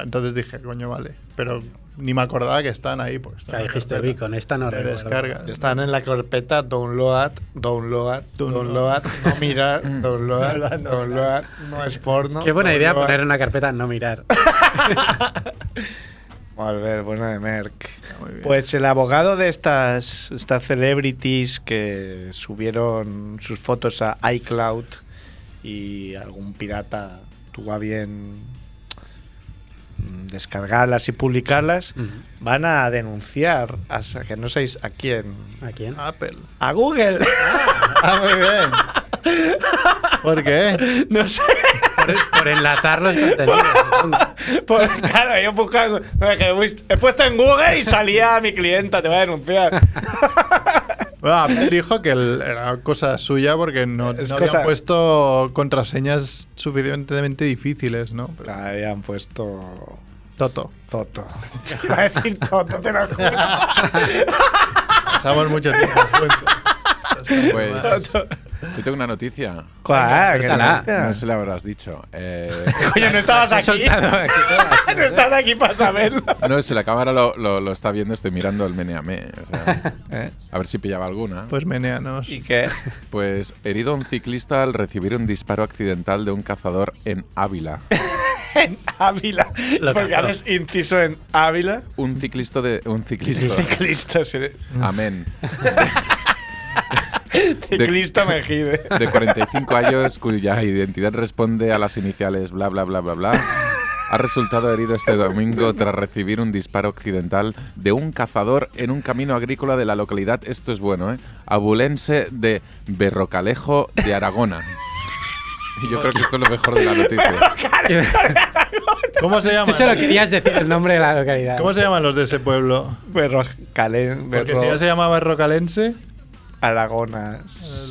Speaker 3: Entonces dije, coño, vale. Pero ni me acordaba que están ahí. Porque están
Speaker 1: Claro,
Speaker 3: en la
Speaker 1: dijiste,
Speaker 3: carpeta.
Speaker 1: vi, con esta no
Speaker 3: De
Speaker 1: recuerdo.
Speaker 3: descarga.
Speaker 10: Están en la carpeta download, download, download, no mirar, download, download, no es porno.
Speaker 1: Qué buena idea
Speaker 10: download.
Speaker 1: poner una carpeta no mirar.
Speaker 2: Albert, buena de Merck. Pues el abogado de estas, estas celebrities que subieron sus fotos a iCloud y algún pirata tuvo a bien mm, descargarlas y publicarlas,
Speaker 1: Mm.
Speaker 2: van a denunciar, a, que no sabéis a quién.
Speaker 1: ¿A
Speaker 2: ¿eh?
Speaker 1: quién?
Speaker 3: Apple.
Speaker 2: A Google.
Speaker 3: Ah, muy bien. ¿Por qué?
Speaker 2: No sé.
Speaker 1: Por, por enlazar los contenidos. supongo.
Speaker 2: Pues, claro, yo buscando. no, es que he bus- he puesto en Google y salía mi clienta, te va a denunciar.
Speaker 3: Bueno, Apple Ah, dijo que el- era cosa suya porque no, no
Speaker 2: Es
Speaker 3: habían
Speaker 2: cosa-
Speaker 3: puesto contraseñas suficientemente difíciles, ¿no? Pero-
Speaker 2: habían puesto.
Speaker 3: Toto.
Speaker 2: Toto. Te va a decir Toto, te lo juro.
Speaker 3: Pasamos mucho tiempo juntos.
Speaker 4: Pues yo tengo una noticia.
Speaker 2: ¿Cuál? ¿Qué
Speaker 4: Venga,
Speaker 2: noticia?
Speaker 4: No se la habrás dicho. Eh,
Speaker 2: Coño, no estabas aquí. no estabas aquí para saberlo.
Speaker 4: no, si la cámara lo, lo- lo está viendo, estoy mirando el meneame. o sea,
Speaker 2: ¿Eh?
Speaker 4: a ver si pillaba alguna.
Speaker 3: Pues meneanos.
Speaker 2: ¿Y qué?
Speaker 4: Pues herido un ciclista al recibir un disparo accidental de un cazador en Ávila.
Speaker 2: En Ávila.
Speaker 1: Lo
Speaker 2: Porque
Speaker 1: cantó.
Speaker 2: haces inciso en Ávila.
Speaker 4: Un ciclista de. Un ciclista.
Speaker 2: Ciclista, sí.
Speaker 4: Amén.
Speaker 2: ciclista Mejide.
Speaker 4: de 45 años cuya identidad responde a las iniciales bla bla bla bla bla, ha resultado herido este domingo tras recibir un disparo accidental de un cazador en un camino agrícola de la localidad, esto es bueno, ¿eh? abulense de Berrocalejo de Aragona. Y Yo creo que esto es lo mejor de la noticia.
Speaker 3: ¿Cómo se
Speaker 1: Tú
Speaker 3: llaman?
Speaker 1: solo querías decir el nombre de la localidad.
Speaker 3: ¿Cómo se llaman los de ese pueblo?
Speaker 2: Berro, Calen,
Speaker 3: Porque si ya se llamaba Rocalense,
Speaker 2: Aragonas.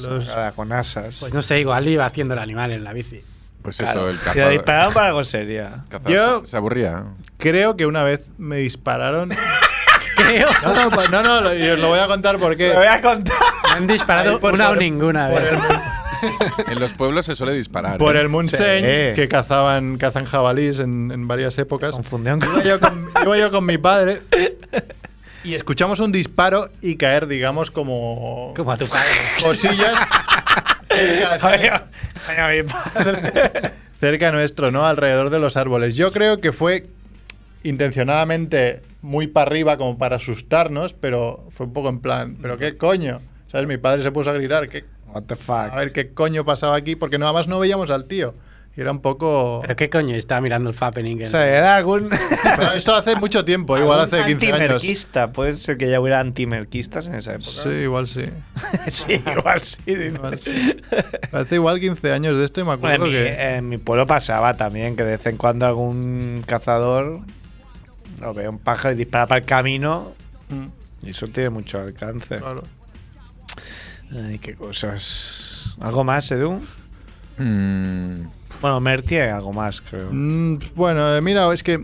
Speaker 3: Los-
Speaker 2: Aragonasas.
Speaker 1: Pues no sé, igual iba haciendo el animal en la bici.
Speaker 4: Pues
Speaker 2: Claro,
Speaker 4: eso, el
Speaker 2: Si la
Speaker 4: cazador,
Speaker 2: dispararon para algo sería.
Speaker 4: cazador
Speaker 3: Yo-
Speaker 4: se, se aburría.
Speaker 3: creo que una vez me dispararon.
Speaker 1: Creo.
Speaker 3: No, no, pa- no, no, lo- y os lo voy a contar porque.
Speaker 2: Te voy a contar.
Speaker 1: Me han disparado
Speaker 3: Ahí por-
Speaker 1: una o
Speaker 3: por-
Speaker 1: ninguna
Speaker 3: por
Speaker 1: vez.
Speaker 3: el, mun-
Speaker 4: En los pueblos se suele disparar.
Speaker 3: por
Speaker 4: ¿eh?
Speaker 3: el Munsen,
Speaker 2: Sí.
Speaker 3: que cazaban, cazan jabalís en, en varias épocas.
Speaker 2: Confundieron con.
Speaker 3: Iba yo, con, iba yo con mi padre y escuchamos un disparo y caer, digamos, como
Speaker 1: Como a tu padre.
Speaker 3: cosillas cerca,
Speaker 2: Coño, coño, mi padre.
Speaker 3: cerca nuestro, ¿no? Alrededor de los árboles. Yo creo que fue intencionadamente muy para arriba como para asustarnos, pero fue un poco en plan, ¿pero qué coño? ¿Sabes? Mi padre se puso a gritar, ¿qué
Speaker 2: What the
Speaker 3: a
Speaker 2: fuck.
Speaker 3: ver qué coño pasaba aquí, porque nada más no veíamos al tío. Y era un poco.
Speaker 1: ¿Pero qué coño? Estaba mirando el Fappening.
Speaker 2: O sea, era algún.
Speaker 3: Pero esto hace mucho tiempo, Pues igual hace 15 años.
Speaker 2: Antimerquista, puede ser que ya hubiera antimerquistas en esa época.
Speaker 3: Sí, igual sí.
Speaker 2: sí, igual sí.
Speaker 3: Igual sí. Hace igual 15 años de esto y me
Speaker 2: Bueno, en,
Speaker 3: acuerdo
Speaker 2: mi,
Speaker 3: que.
Speaker 2: en mi pueblo pasaba también que de vez en cuando algún cazador lo ve un pájaro y dispara para el camino.
Speaker 3: Mm.
Speaker 2: Y eso tiene mucho alcance.
Speaker 3: Claro.
Speaker 2: Ay, qué cosas. ¿Algo más, Edu?
Speaker 4: Mm,
Speaker 2: Bueno, Mertie, algo más, creo.
Speaker 3: Mm, bueno, eh, mira, es que.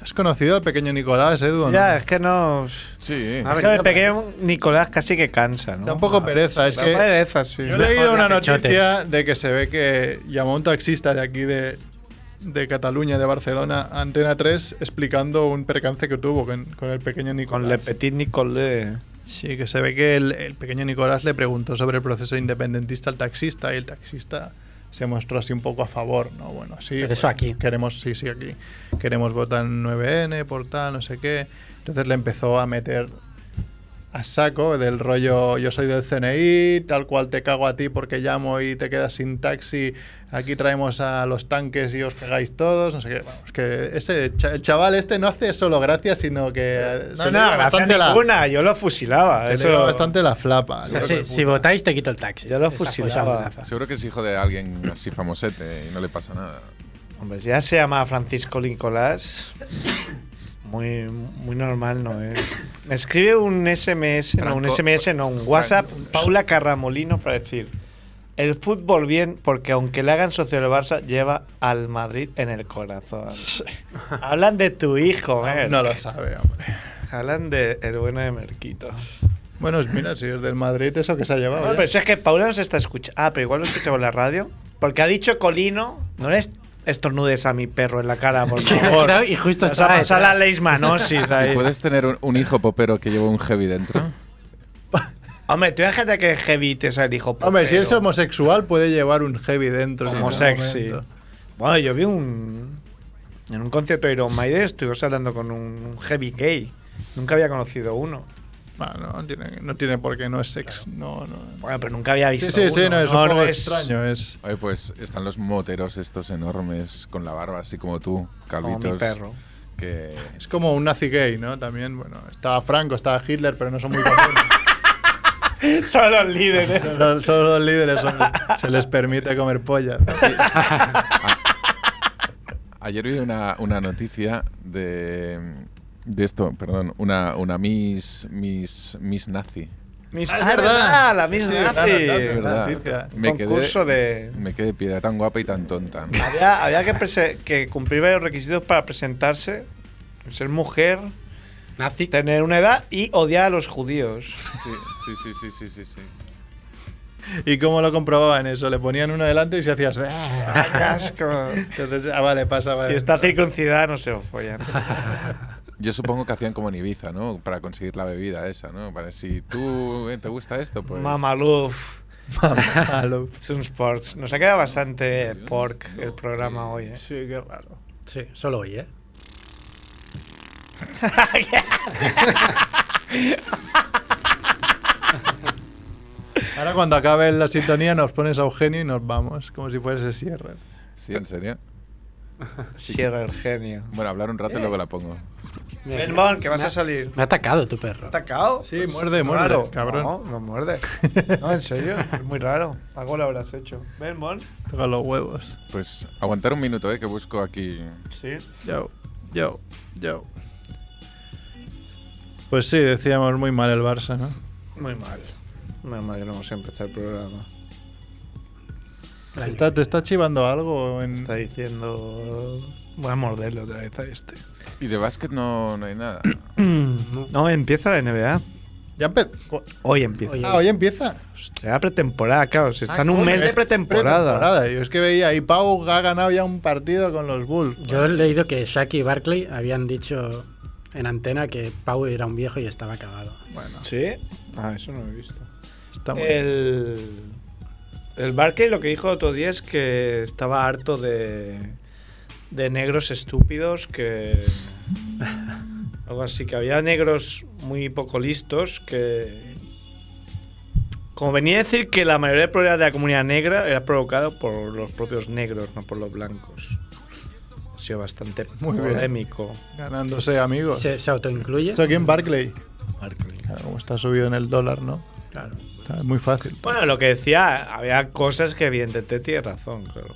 Speaker 3: ¿Has conocido al pequeño Nicolás, eh, Edu? o no?
Speaker 2: Ya, es que no.
Speaker 4: sí.
Speaker 2: Es que el pequeño Nicolás casi que cansa, ¿no?
Speaker 3: Da un poco pereza, es
Speaker 2: Da
Speaker 3: que-
Speaker 2: pereza, sí.
Speaker 3: Yo he leído una
Speaker 1: capichotes.
Speaker 3: noticia de que se ve que llamó un taxista de aquí de, de Cataluña, de Barcelona, a Antena 3, explicando un percance que tuvo con, con el pequeño Nicolás.
Speaker 2: Con Le Petit Nicolé.
Speaker 3: Sí, que se ve que el, el pequeño Nicolás le preguntó sobre el proceso independentista al taxista y el taxista se mostró así un poco a favor, ¿no? Bueno, sí.
Speaker 1: Pero
Speaker 3: pues,
Speaker 1: eso aquí.
Speaker 3: Queremos, sí, sí, aquí. Queremos votar en 9N, por tal, no sé qué. Entonces le empezó a meter a saco del rollo yo soy del CNI, tal cual te cago a ti porque llamo y te quedas sin taxi, aquí traemos a los tanques y os pegáis todos, no sé qué. Vamos, que ese cha- el chaval este no hace solo gracia, sino que... eh, se
Speaker 2: No,
Speaker 3: le
Speaker 2: no,
Speaker 3: iba
Speaker 2: gracia
Speaker 3: bastante la-
Speaker 2: ninguna. Yo lo fusilaba.
Speaker 3: se le
Speaker 2: eso
Speaker 3: iba bastante la flapa. al
Speaker 1: O sea,
Speaker 3: hijo
Speaker 1: si,
Speaker 3: de
Speaker 1: si
Speaker 3: puta.
Speaker 1: votáis, te quito el taxi.
Speaker 2: Ya lo
Speaker 1: Esa fue esa
Speaker 2: fusilaba.
Speaker 1: amenaza.
Speaker 4: Seguro que es hijo de alguien así famosete y no le pasa nada.
Speaker 2: Hombre, si ya se llama Francisco Nicolás. Muy, muy normal, ¿no? Es. Me escribe un SMS, no, un
Speaker 4: Franco-
Speaker 2: SMS, no, un WhatsApp, Paula Carramolino para decir: El fútbol bien, porque aunque le hagan socio del Barça, lleva al Madrid en el corazón. Hablan de tu hijo, Merck.
Speaker 3: No lo sabe, hombre.
Speaker 2: Hablan de el bueno de Merquito.
Speaker 3: Bueno, mira, si es del Madrid, eso que se ha llevado.
Speaker 2: No, pues,
Speaker 3: ya.
Speaker 2: pero si es que Paula nos está escuchando. Ah, pero igual lo escuchamos en la radio. Porque ha dicho Colino, no le est- estornudes a mi perro en la cara, por favor.
Speaker 1: Claro, y justo
Speaker 2: Nos
Speaker 1: estaba
Speaker 2: ha pasado la
Speaker 1: detrás.
Speaker 2: leishmanosis
Speaker 4: ¿Y
Speaker 2: ahí.
Speaker 4: puedes tener un, un hijo popero que lleva un heavy dentro?
Speaker 2: Hombre, tú imagínate que heavy te sale el hijo
Speaker 3: Hombre, si
Speaker 2: popero.
Speaker 3: es homosexual, puede llevar un heavy dentro. en algún
Speaker 2: Homosexy.
Speaker 3: momento.
Speaker 2: Bueno, yo vi un. En un concierto de Iron Maiden estuvimos hablando con un heavy gay. Nunca había conocido uno.
Speaker 3: Bueno, no tiene, no tiene por qué, no es sexo. No, no.
Speaker 2: Bueno, pero nunca había visto
Speaker 3: Sí, sí, sí,
Speaker 2: uno.
Speaker 3: no, es un poco
Speaker 2: es-
Speaker 3: extraño. Es...
Speaker 4: Oye, pues están los moteros estos enormes con la barba, así como tú,
Speaker 2: Como
Speaker 4: calvitos.
Speaker 2: Oh, mi perro.
Speaker 4: Que
Speaker 3: es como un nazi gay, ¿no? También, bueno, estaba Franco, estaba Hitler, pero no son muy comunes.
Speaker 2: Son los líderes.
Speaker 3: solo, solo los líderes son- se les permite comer pollas.
Speaker 4: Ayer vi una, una noticia de, de esto, perdón, una, una Miss, Miss, Miss Nazi.
Speaker 2: Mis,
Speaker 3: Ah, es
Speaker 2: ah,
Speaker 3: verdad.
Speaker 2: verdad, la Miss
Speaker 3: Sí,
Speaker 2: Nazi.
Speaker 3: claro, claro,
Speaker 4: Es verdad.
Speaker 3: noticia.
Speaker 4: Me
Speaker 2: concurso de.
Speaker 4: quedé, me quedé piedra tan guapa y tan tonta.
Speaker 2: Había, había que, prese- que cumplir varios requisitos para presentarse: ser mujer,
Speaker 1: Nazi.
Speaker 2: tener una edad y odiar a los judíos.
Speaker 4: Sí, sí, sí, sí, sí, sí. sí.
Speaker 3: ¿Y cómo lo comprobaban eso? Le ponían uno delante y se hacías. "Ah".
Speaker 2: Qué asco.
Speaker 3: Entonces, ah, vale, pasa, vale.
Speaker 2: Si está circuncidada, no se lo follan.
Speaker 4: Yo supongo que hacían como en Ibiza, ¿no? Para conseguir la bebida esa, ¿no? Para si tú eh, te gusta esto, pues...
Speaker 2: Mamaluf.
Speaker 3: Malo.
Speaker 2: Sun Sports. Nos ha quedado bastante pork el programa hoy, ¿eh?
Speaker 3: Sí, qué raro.
Speaker 1: Sí, solo hoy, ¿eh?
Speaker 3: Ahora cuando acabe la sintonía nos pones a Eugenio y nos vamos, como si fuese cierre.
Speaker 4: Sí, en serio.
Speaker 2: Sierra el genio.
Speaker 4: Bueno, hablar un rato
Speaker 2: Eh.
Speaker 4: y luego la pongo.
Speaker 1: Mira,
Speaker 2: Ben
Speaker 1: me-
Speaker 2: Bon, que vas
Speaker 1: me
Speaker 2: a
Speaker 1: ha-
Speaker 2: salir.
Speaker 1: Me ha atacado tu perro.
Speaker 2: atacado?
Speaker 3: Sí, muerde, muerde,
Speaker 2: raro.
Speaker 3: cabrón.
Speaker 2: No, no muerde. No, en serio, es muy raro. Algo lo habrás hecho. ¿Ven, Bon?
Speaker 3: Toca los huevos.
Speaker 4: Pues aguantar un minuto, ¿eh? Que busco aquí...
Speaker 2: Sí.
Speaker 3: Yo, yo, yo. Pues sí, decíamos muy mal el Barça, ¿no?
Speaker 2: Muy mal. Menos mal que no vamos a empezar el programa.
Speaker 1: El año.
Speaker 3: ¿Está- ¿Te está chivando algo? En...
Speaker 2: Está diciendo. Voy a morderle otra vez a este.
Speaker 4: Y de básquet no, no hay nada.
Speaker 2: No, empieza la NBA.
Speaker 3: Ya empe- cu-
Speaker 2: Hoy empieza.
Speaker 1: Oye.
Speaker 3: Ah, hoy empieza.
Speaker 2: La pretemporada, claro. Si está en
Speaker 3: Ah,
Speaker 2: un
Speaker 3: coño,
Speaker 2: mes de
Speaker 3: es
Speaker 2: pretemporada.
Speaker 3: pretemporada. Yo es que veía ahí Pau ha ganado ya un partido con los Bulls.
Speaker 1: Yo he leído que Shaq y Barkley habían dicho en antena que Pau era un viejo y estaba acabado.
Speaker 3: Bueno,
Speaker 2: Sí. Ah, eso no lo he visto.
Speaker 3: está muy bien.
Speaker 2: El. El Barkley lo que dijo otro día es que estaba harto de. de negros estúpidos que. Algo así, que había negros muy poco listos que. Como venía a decir que la mayoría de problemas de la comunidad negra era provocado por los propios negros, no por los blancos. Ha sido bastante
Speaker 3: Muy bien.
Speaker 2: polémico.
Speaker 3: Ganándose amigos.
Speaker 1: ¿Se, se autoincluye?
Speaker 3: Eso aquí en Barclay.
Speaker 2: Barclay.
Speaker 3: Claro, como está subido en el dólar, ¿no?
Speaker 2: Claro.
Speaker 3: Está muy fácil.
Speaker 2: Bueno, lo que decía, había cosas que evidentemente tiene razón, claro.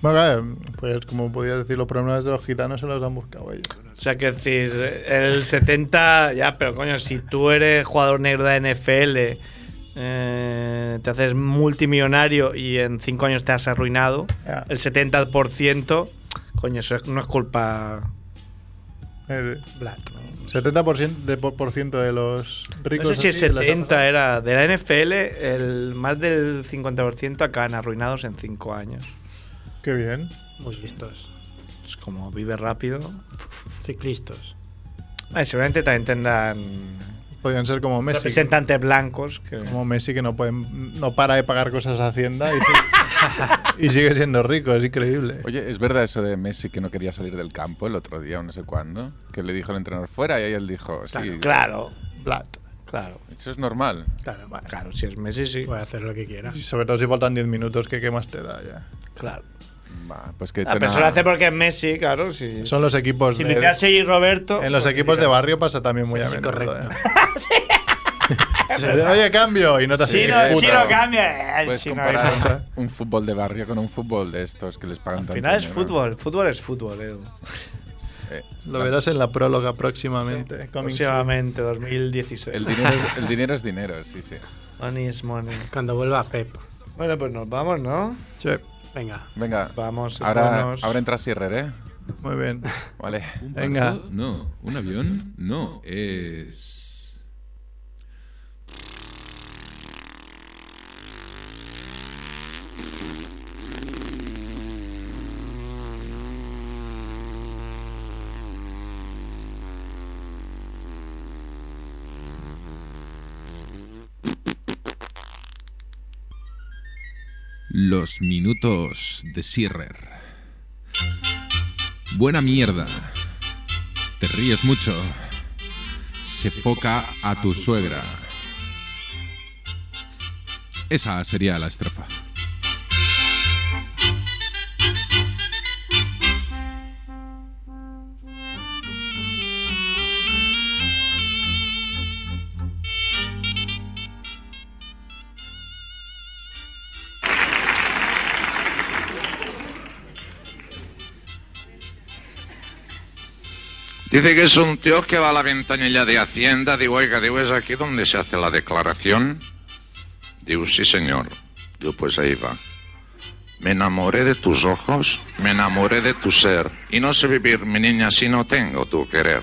Speaker 3: Bueno, claro, pues como podías decir, los problemas de los gitanos se los han buscado ellos.
Speaker 2: O sea, que decir, el 70, ya, pero coño, si tú eres jugador negro de la NFL, eh, te haces multimillonario y en 5 años te has arruinado,
Speaker 3: Ya.
Speaker 2: el 70%, coño, eso es- no es culpa.
Speaker 3: El
Speaker 1: Black.
Speaker 3: 70% de, por, por ciento de los
Speaker 2: No
Speaker 3: ricos.
Speaker 2: sé si el
Speaker 3: así, de las-
Speaker 2: 70 era de la NFL, el más del 50% acaban arruinados en 5 años.
Speaker 3: Qué bien.
Speaker 1: Muy listos.
Speaker 2: Es como vive rápido.
Speaker 1: Ciclistas.
Speaker 2: Ay, seguramente también tendrán
Speaker 3: Podrían ser como Messi.
Speaker 2: representantes blancos que.
Speaker 3: Como Messi que no, pueden, no para de pagar cosas a Hacienda y, sigue- y sigue siendo rico, es increíble.
Speaker 4: Oye, ¿es verdad eso de Messi que no quería salir del campo el otro día o no sé cuándo? Que le dijo el entrenador fuera y ahí él dijo, sí,
Speaker 2: Claro,
Speaker 3: Plat.
Speaker 2: claro.
Speaker 4: eso es normal.
Speaker 1: Claro, vale.
Speaker 2: Claro, si es Messi, sí.
Speaker 1: Puede hacer lo que quiera.
Speaker 3: Y sobre todo si faltan 10 minutos, que qué más te da ya.
Speaker 2: Claro.
Speaker 4: Va, pues que
Speaker 2: La
Speaker 4: echen
Speaker 2: persona lo
Speaker 4: a-
Speaker 2: hace porque es Messi, claro. Si,
Speaker 3: Son los equipos
Speaker 2: si lo
Speaker 3: de-
Speaker 2: hiciera así Roberto. pues,
Speaker 3: En los equipos de barrio pasa también muy a
Speaker 1: Sí,
Speaker 3: menudo.
Speaker 1: correcto.
Speaker 3: ¿eh? Oye, cambio. Y no te
Speaker 4: Sí,
Speaker 3: haces
Speaker 2: Chino,
Speaker 4: puto.
Speaker 2: chino cambia. eh, El
Speaker 4: Puedes
Speaker 2: chino
Speaker 4: comparar
Speaker 2: ahorita.
Speaker 4: un fútbol de barrio con un fútbol de estos que les pagan
Speaker 2: Al
Speaker 4: tanto
Speaker 2: final es
Speaker 4: dinero.
Speaker 2: fútbol. Fútbol es fútbol, Edu.
Speaker 4: Eh,
Speaker 3: Lo
Speaker 4: las-
Speaker 3: verás en la próloga próximamente. Coming
Speaker 2: Próximamente, 2016.
Speaker 4: El dinero, es, el dinero es dinero, sí, sí.
Speaker 2: Money is money.
Speaker 1: Cuando vuelva Pep.
Speaker 2: Bueno, pues nos vamos, ¿no?
Speaker 3: soon.
Speaker 1: Venga.
Speaker 4: Venga,
Speaker 2: Vamos,
Speaker 4: ahora,
Speaker 2: vámonos.
Speaker 4: ahora entra Sierrer, ¿eh?
Speaker 3: Sí, muy bien.
Speaker 4: Vale.
Speaker 3: Venga.
Speaker 11: No, un avión no es. Los minutos de Sierrer. Buena mierda. Te ríes mucho. Se foca a tu suegra. Esa sería la estrofa.
Speaker 5: Dice que es un tío que va a la ventanilla de Hacienda. Digo, oiga, digo, ¿es aquí donde se hace la declaración? Digo, sí, señor. Digo, pues ahí va. Me enamoré de tus ojos, me enamoré de tu ser. Y no sé vivir, mi niña, si no tengo tu querer.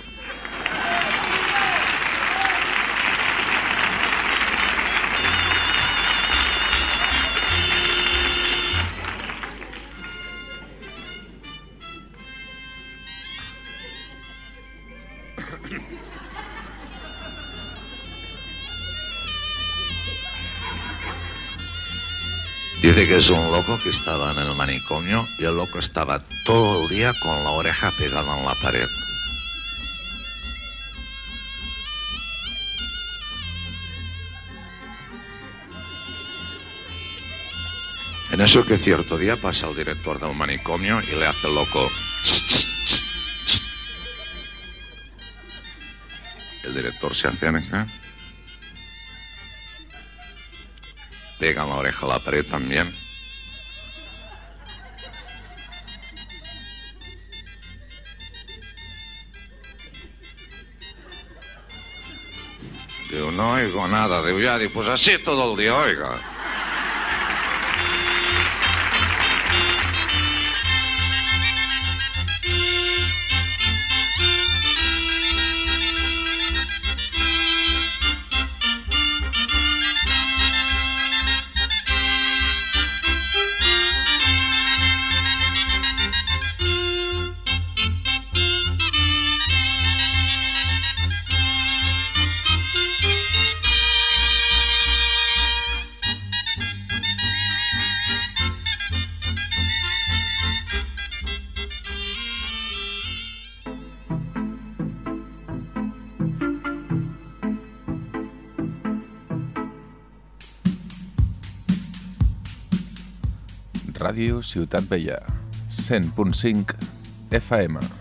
Speaker 5: Dice que es un loco que estaba en el manicomio y el loco estaba todo el día con la oreja pegada en la pared. En eso que cierto día pasa el director del manicomio y le hace loco. "Tss, tss, tss, tss". El director se acerca. Pega la oreja a la pared también. Digo, no oigo nada. Digo, ya, digo, pues así todo el día, oiga.
Speaker 4: Ràdio Ciutat Vella, 100.5 FM.